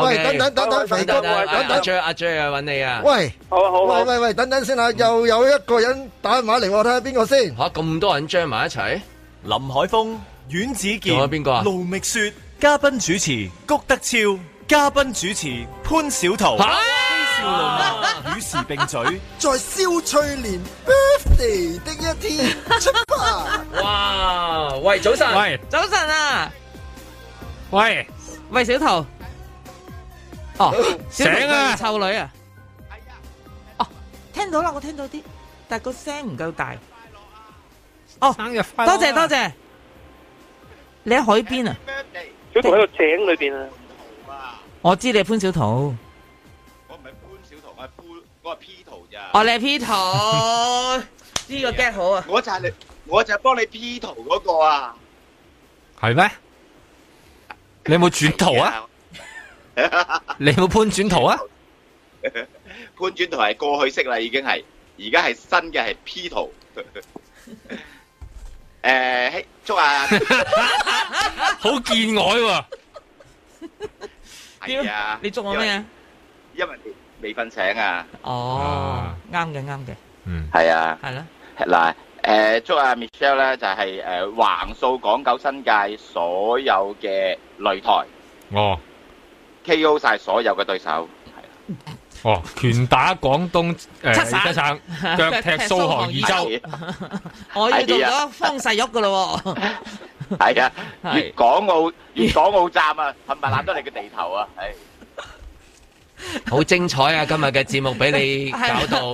S15: 喂
S2: OK
S15: 等等等等肥哥
S2: 等等
S15: 等等
S2: 阿 J 阿 J 啊，揾你啊。
S15: 喂，
S9: 好啊好
S15: 啊，喂喂喂，等等先啊，又有一個人打電話嚟，我睇下邊個先。
S2: 吓咁多人 jam 埋一齊，
S5: 林海峰、阮子健、
S2: 仲有邊個啊
S5: 盧觅雪，嘉賓主持谷德超，嘉賓主持潘小桃，嬉笑怒罵，與時並舉。
S15: 在消翠年 birthday 的一天出發。
S2: 哇！喂，早晨，
S6: 喂，
S4: 早晨啊！
S6: 喂，
S4: 喂，小桃，哦，
S6: 醒啊
S4: 小桃佢係臭女啊！哦，聽到啦，我聽到啲，但係個聲唔夠大。哦，
S6: 生日快
S9: 樂
S4: 多
S9: 啊
S4: 謝多謝。你喺海邊啊？
S9: 小桃喺個井裏邊啊！
S4: 我知你係潘小桃。我唔係潘小桃，我係 P 圖咋？哦，你係 P 圖，呢個 get 好啊！
S16: 我就係你，我就係幫你 P 圖嗰個啊！
S6: 係咩？你有冇轉圖啊？你有冇潘轉圖啊？
S16: 潘轉圖 係過去式啦，已經係，而家係新嘅係 P 圖。 誒，嘿祝啊！
S6: 好見外喎！
S16: 係啊，
S4: 你祝我咩啊？
S16: 因為未瞓醒啊。
S4: Ờ, 哦，啱嘅啱嘅，
S6: 嗯，
S16: 係
S2: à?
S16: 啊，
S4: 係啦。
S16: 嗱，誒祝阿 Michelle 咧就係誒橫掃港九新界所有嘅擂台
S6: 哦
S16: ，KO 晒所有嘅對手。
S6: 哦，拳打廣東誒
S4: 七省
S6: 七省，腳 踢蘇杭二州。
S4: 我要做
S16: 係啊
S4: 咗方世玉噶咯喎，
S16: 係啊，
S4: 係
S16: 粵港澳粵港澳站啊，冚唪唥都係你嘅地頭啊，係。
S2: 好精彩啊！今日嘅節目 俾你搞到，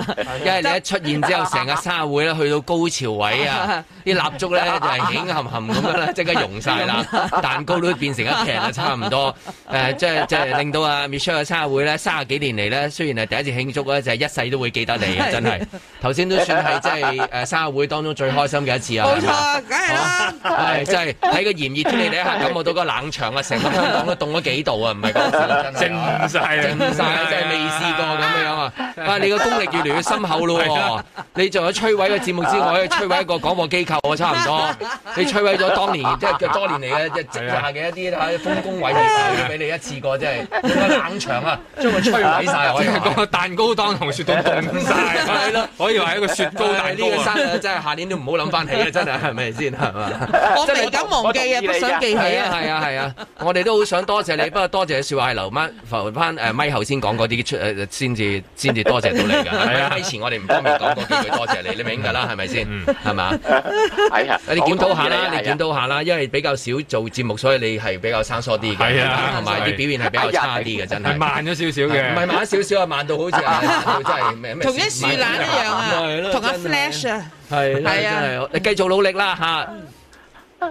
S2: 因為你一出現之後，成個生日會咧去到高潮位 啊，啲蠟燭咧就係影含含咁樣 咧，即刻溶晒啦，蛋糕都變成一劇啦，差唔 多。誒，即係即係令到啊 Michelle 嘅生日會咧，三十幾年嚟咧，雖然係第一次慶祝咧，就係一世都會記得你啊！真係頭先都算係即係誒生日會當中最開心嘅一 次啊！
S4: 冇錯，梗係啦。
S2: 係真係喺個炎熱天氣底下感覺到個冷場啊！成個香港都凍咗幾度啊！唔係講笑，真係
S6: 靜晒啊
S2: 靜晒啊！真係未試過咁樣啊！ 啊，你個功力越嚟越深厚咯
S4: 啊
S2: 喎！你仲有摧毀個節目之 外，摧毀一個廣播機構啊，差唔多。你摧毀咗當年即係多年嚟嘅 即係積
S4: 啊
S2: 下嘅一啲嚇豐功偉業，俾你一次過真係用個冷場啊，將佢摧毀晒可以
S6: 即
S2: 話
S6: 係。個蛋糕當同雪凍凍晒，
S2: 係咯，
S6: 可以話係一個雪糕蛋糕
S2: 呢個
S6: 啊
S2: 生！日真係下年都唔好諗翻起啦，真係係咪先係 嘛？
S4: 我未敢忘記啊，不想記起
S2: 係
S4: 啊，
S2: 啊係啊 係啊！我哋都好想多謝你，不過多謝嘅説話係留翻留翻誒咪後先講嗰啲出誒先至先至多謝到你㗎。
S6: 係
S2: 係
S6: 啊
S2: 啊，咪前我哋唔方便講嗰幾句多謝你，你明㗎啦，係咪先？
S16: 嗯
S2: 係嘛？
S16: 係啊，
S2: 你檢討下啦，
S16: 我
S2: 你
S16: 同意係啊
S2: 檢討下啦，因為比較少做節目，所以你係比較生疏啲嘅，
S6: 係啊
S2: 同埋啲表現係比較差啲嘅，真係
S6: 係慢咗少少嘅，
S2: 唔係慢少少啊，慢到 好似係真係咩咩
S4: 同一樹懶一樣
S2: 係
S4: 啊，
S2: 咯
S4: 同阿
S2: 真係
S4: Flash à? 啊，
S2: 係啦，
S4: 係啊
S2: 真係你繼續努力啦嚇！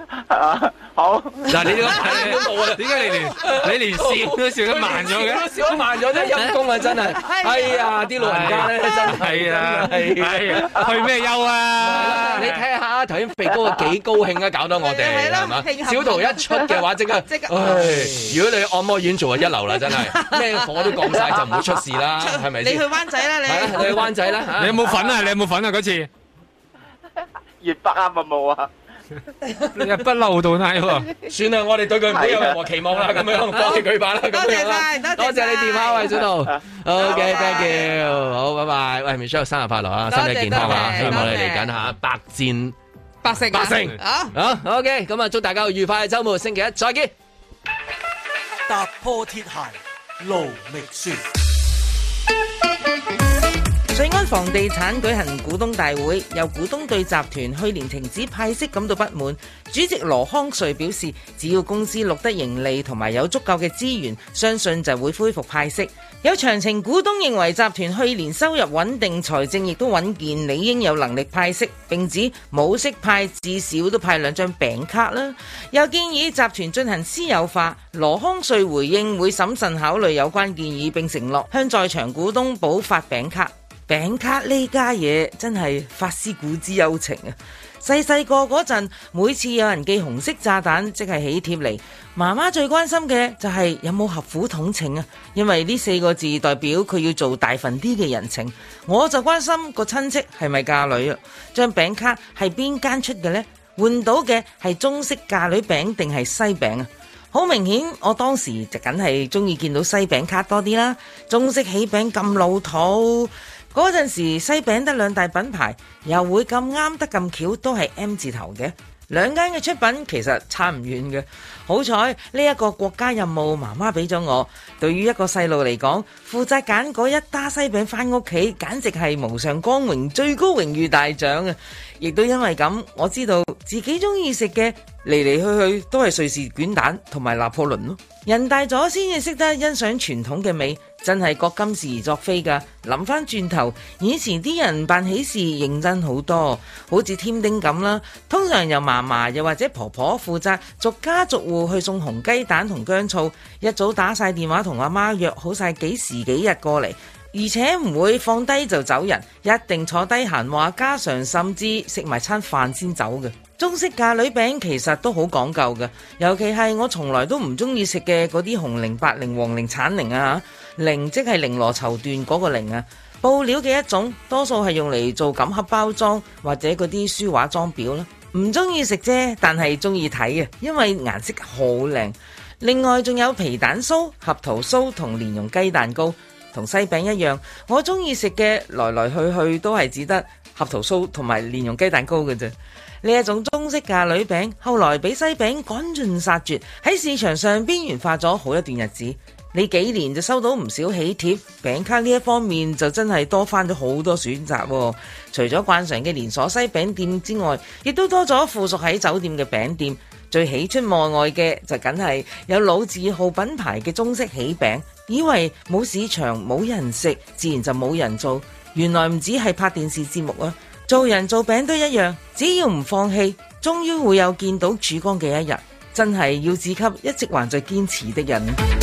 S16: 好
S2: 嗱，你 呢個係都冇啊，
S6: 點解你連 你連笑都笑得慢咗嘅？
S2: 少咗慢 咗真係陰公啊！真係，哎呀，啲老人家咧真係
S6: 係啊，係啊，去咩休 啊？
S2: 你睇下頭先肥哥幾高興啊，搞到我哋係嘛？小桃一出嘅話，即刻，唉！如果你去按摩院做啊，一流啦，真 係咩火都降晒，就唔會出事啦，係咪
S4: 你去
S2: 先？
S4: 灣仔啦
S2: 係啊
S4: 你，
S2: 你去 灣仔啦嚇
S6: 你有冇份啊？你有冇份啊？嗰 次
S16: 粵北啱啊冇啊！
S6: 你係不嬲到拉喎，
S2: 算啦，我哋對佢唔好有任何期望啦，咁 樣放棄佢吧啦，咁樣啦。
S4: 多
S2: 多謝你電話，喂，小桃。OK，thank you，好，拜拜。喂，Michelle 生日快樂啊，身體健康啊，希
S4: 多謝多謝
S2: 望你嚟緊嚇百戰
S4: 百勝
S2: 百
S4: 啊
S2: 勝。
S4: 啊，
S2: 好，OK，咁啊，祝大家有愉快嘅週末，星期一再見。
S5: 踏破鐵鞋路未雪。
S4: 瑞安房地產舉行股東大會，有股東對集團去年停止派息感到不滿。主席羅康瑞表示，只要公司錄得盈利同埋有足夠嘅資源，相信就會恢復派息。有長情股東認為集團去年收入穩定，財政亦都穩健，理應有能力派息。並指冇息派，至少都派兩張餅卡啦。又建議集團進行私有化。羅康瑞回應會審慎考慮有關建議，並承諾向在場股東補發餅卡。餅卡呢家嘢真係發思古之幽情啊！細細個嗰陣，每次有人寄紅色炸彈，即係喜帖嚟，媽媽最關心嘅就係有冇合府統情啊，因為呢四個字代表佢要做大份啲嘅人情。我就關心個親戚係咪嫁女啊，張餅卡係邊間出嘅呢？換到嘅係中式嫁女餅定係西餅啊？好明顯，我當時就梗係中意見到西餅卡多啲啦，中式喜餅咁老土。嗰陣時西餅得兩大品牌，又會咁啱得咁巧都係 M 字頭嘅，兩間嘅出品其實差唔遠嘅。好彩呢一個國家任務，媽媽俾咗我。對於一個細路嚟講，負責揀嗰一打西餅返屋企，簡直係無上光榮、最高榮譽大獎啊！亦都因為咁，我知道自己中意食嘅嚟嚟去去都係瑞士卷蛋同埋拿破崙咯。人大咗先至識得欣賞傳統嘅美，真係覺今是而作非㗎。諗翻轉頭，以前啲人辦喜事認真好多，好似添丁咁啦。通常由嫲嫲又或者婆婆負責逐家逐戶去送紅雞蛋同薑醋，一早打晒電話同阿媽約好晒幾時幾日過嚟。而且唔會放低就走人，一定坐低閒話家常，甚至食埋餐飯先走嘅。中式嫁女餅其實都好講究嘅，尤其係我從來都唔中意食嘅嗰啲紅菱、白菱、黃菱、橙菱啊，菱即係绫羅綢緞嗰個菱啊。布料嘅一種，多數係用嚟做錦盒包裝或者嗰啲書畫裝裱啦。唔中意食啫，但係中意睇啊，因為顏色好靚。另外仲有皮蛋酥、合桃酥同蓮蓉雞蛋糕。同西餅一樣，我中意食嘅來來去去都係只得合桃酥同埋蓮蓉雞蛋糕嘅啫。呢一種中式嫁女餅，後來俾西餅趕盡殺絕，喺市場上邊緣化咗好一段日子。你幾年就收到唔少喜帖，餅卡呢一方面就真係多翻咗好多選擇喎。除咗慣常嘅連鎖西餅店之外，亦都多咗附屬喺酒店嘅餅店。最喜出望外嘅就梗係有老字號品牌嘅中式喜餅，以為冇市場冇人食，自然就冇人做。原來唔止係拍電視節目啊，做人做餅都一樣，只要唔放棄，終於會有見到曙光嘅一日。真係要自給一直還在堅持的人。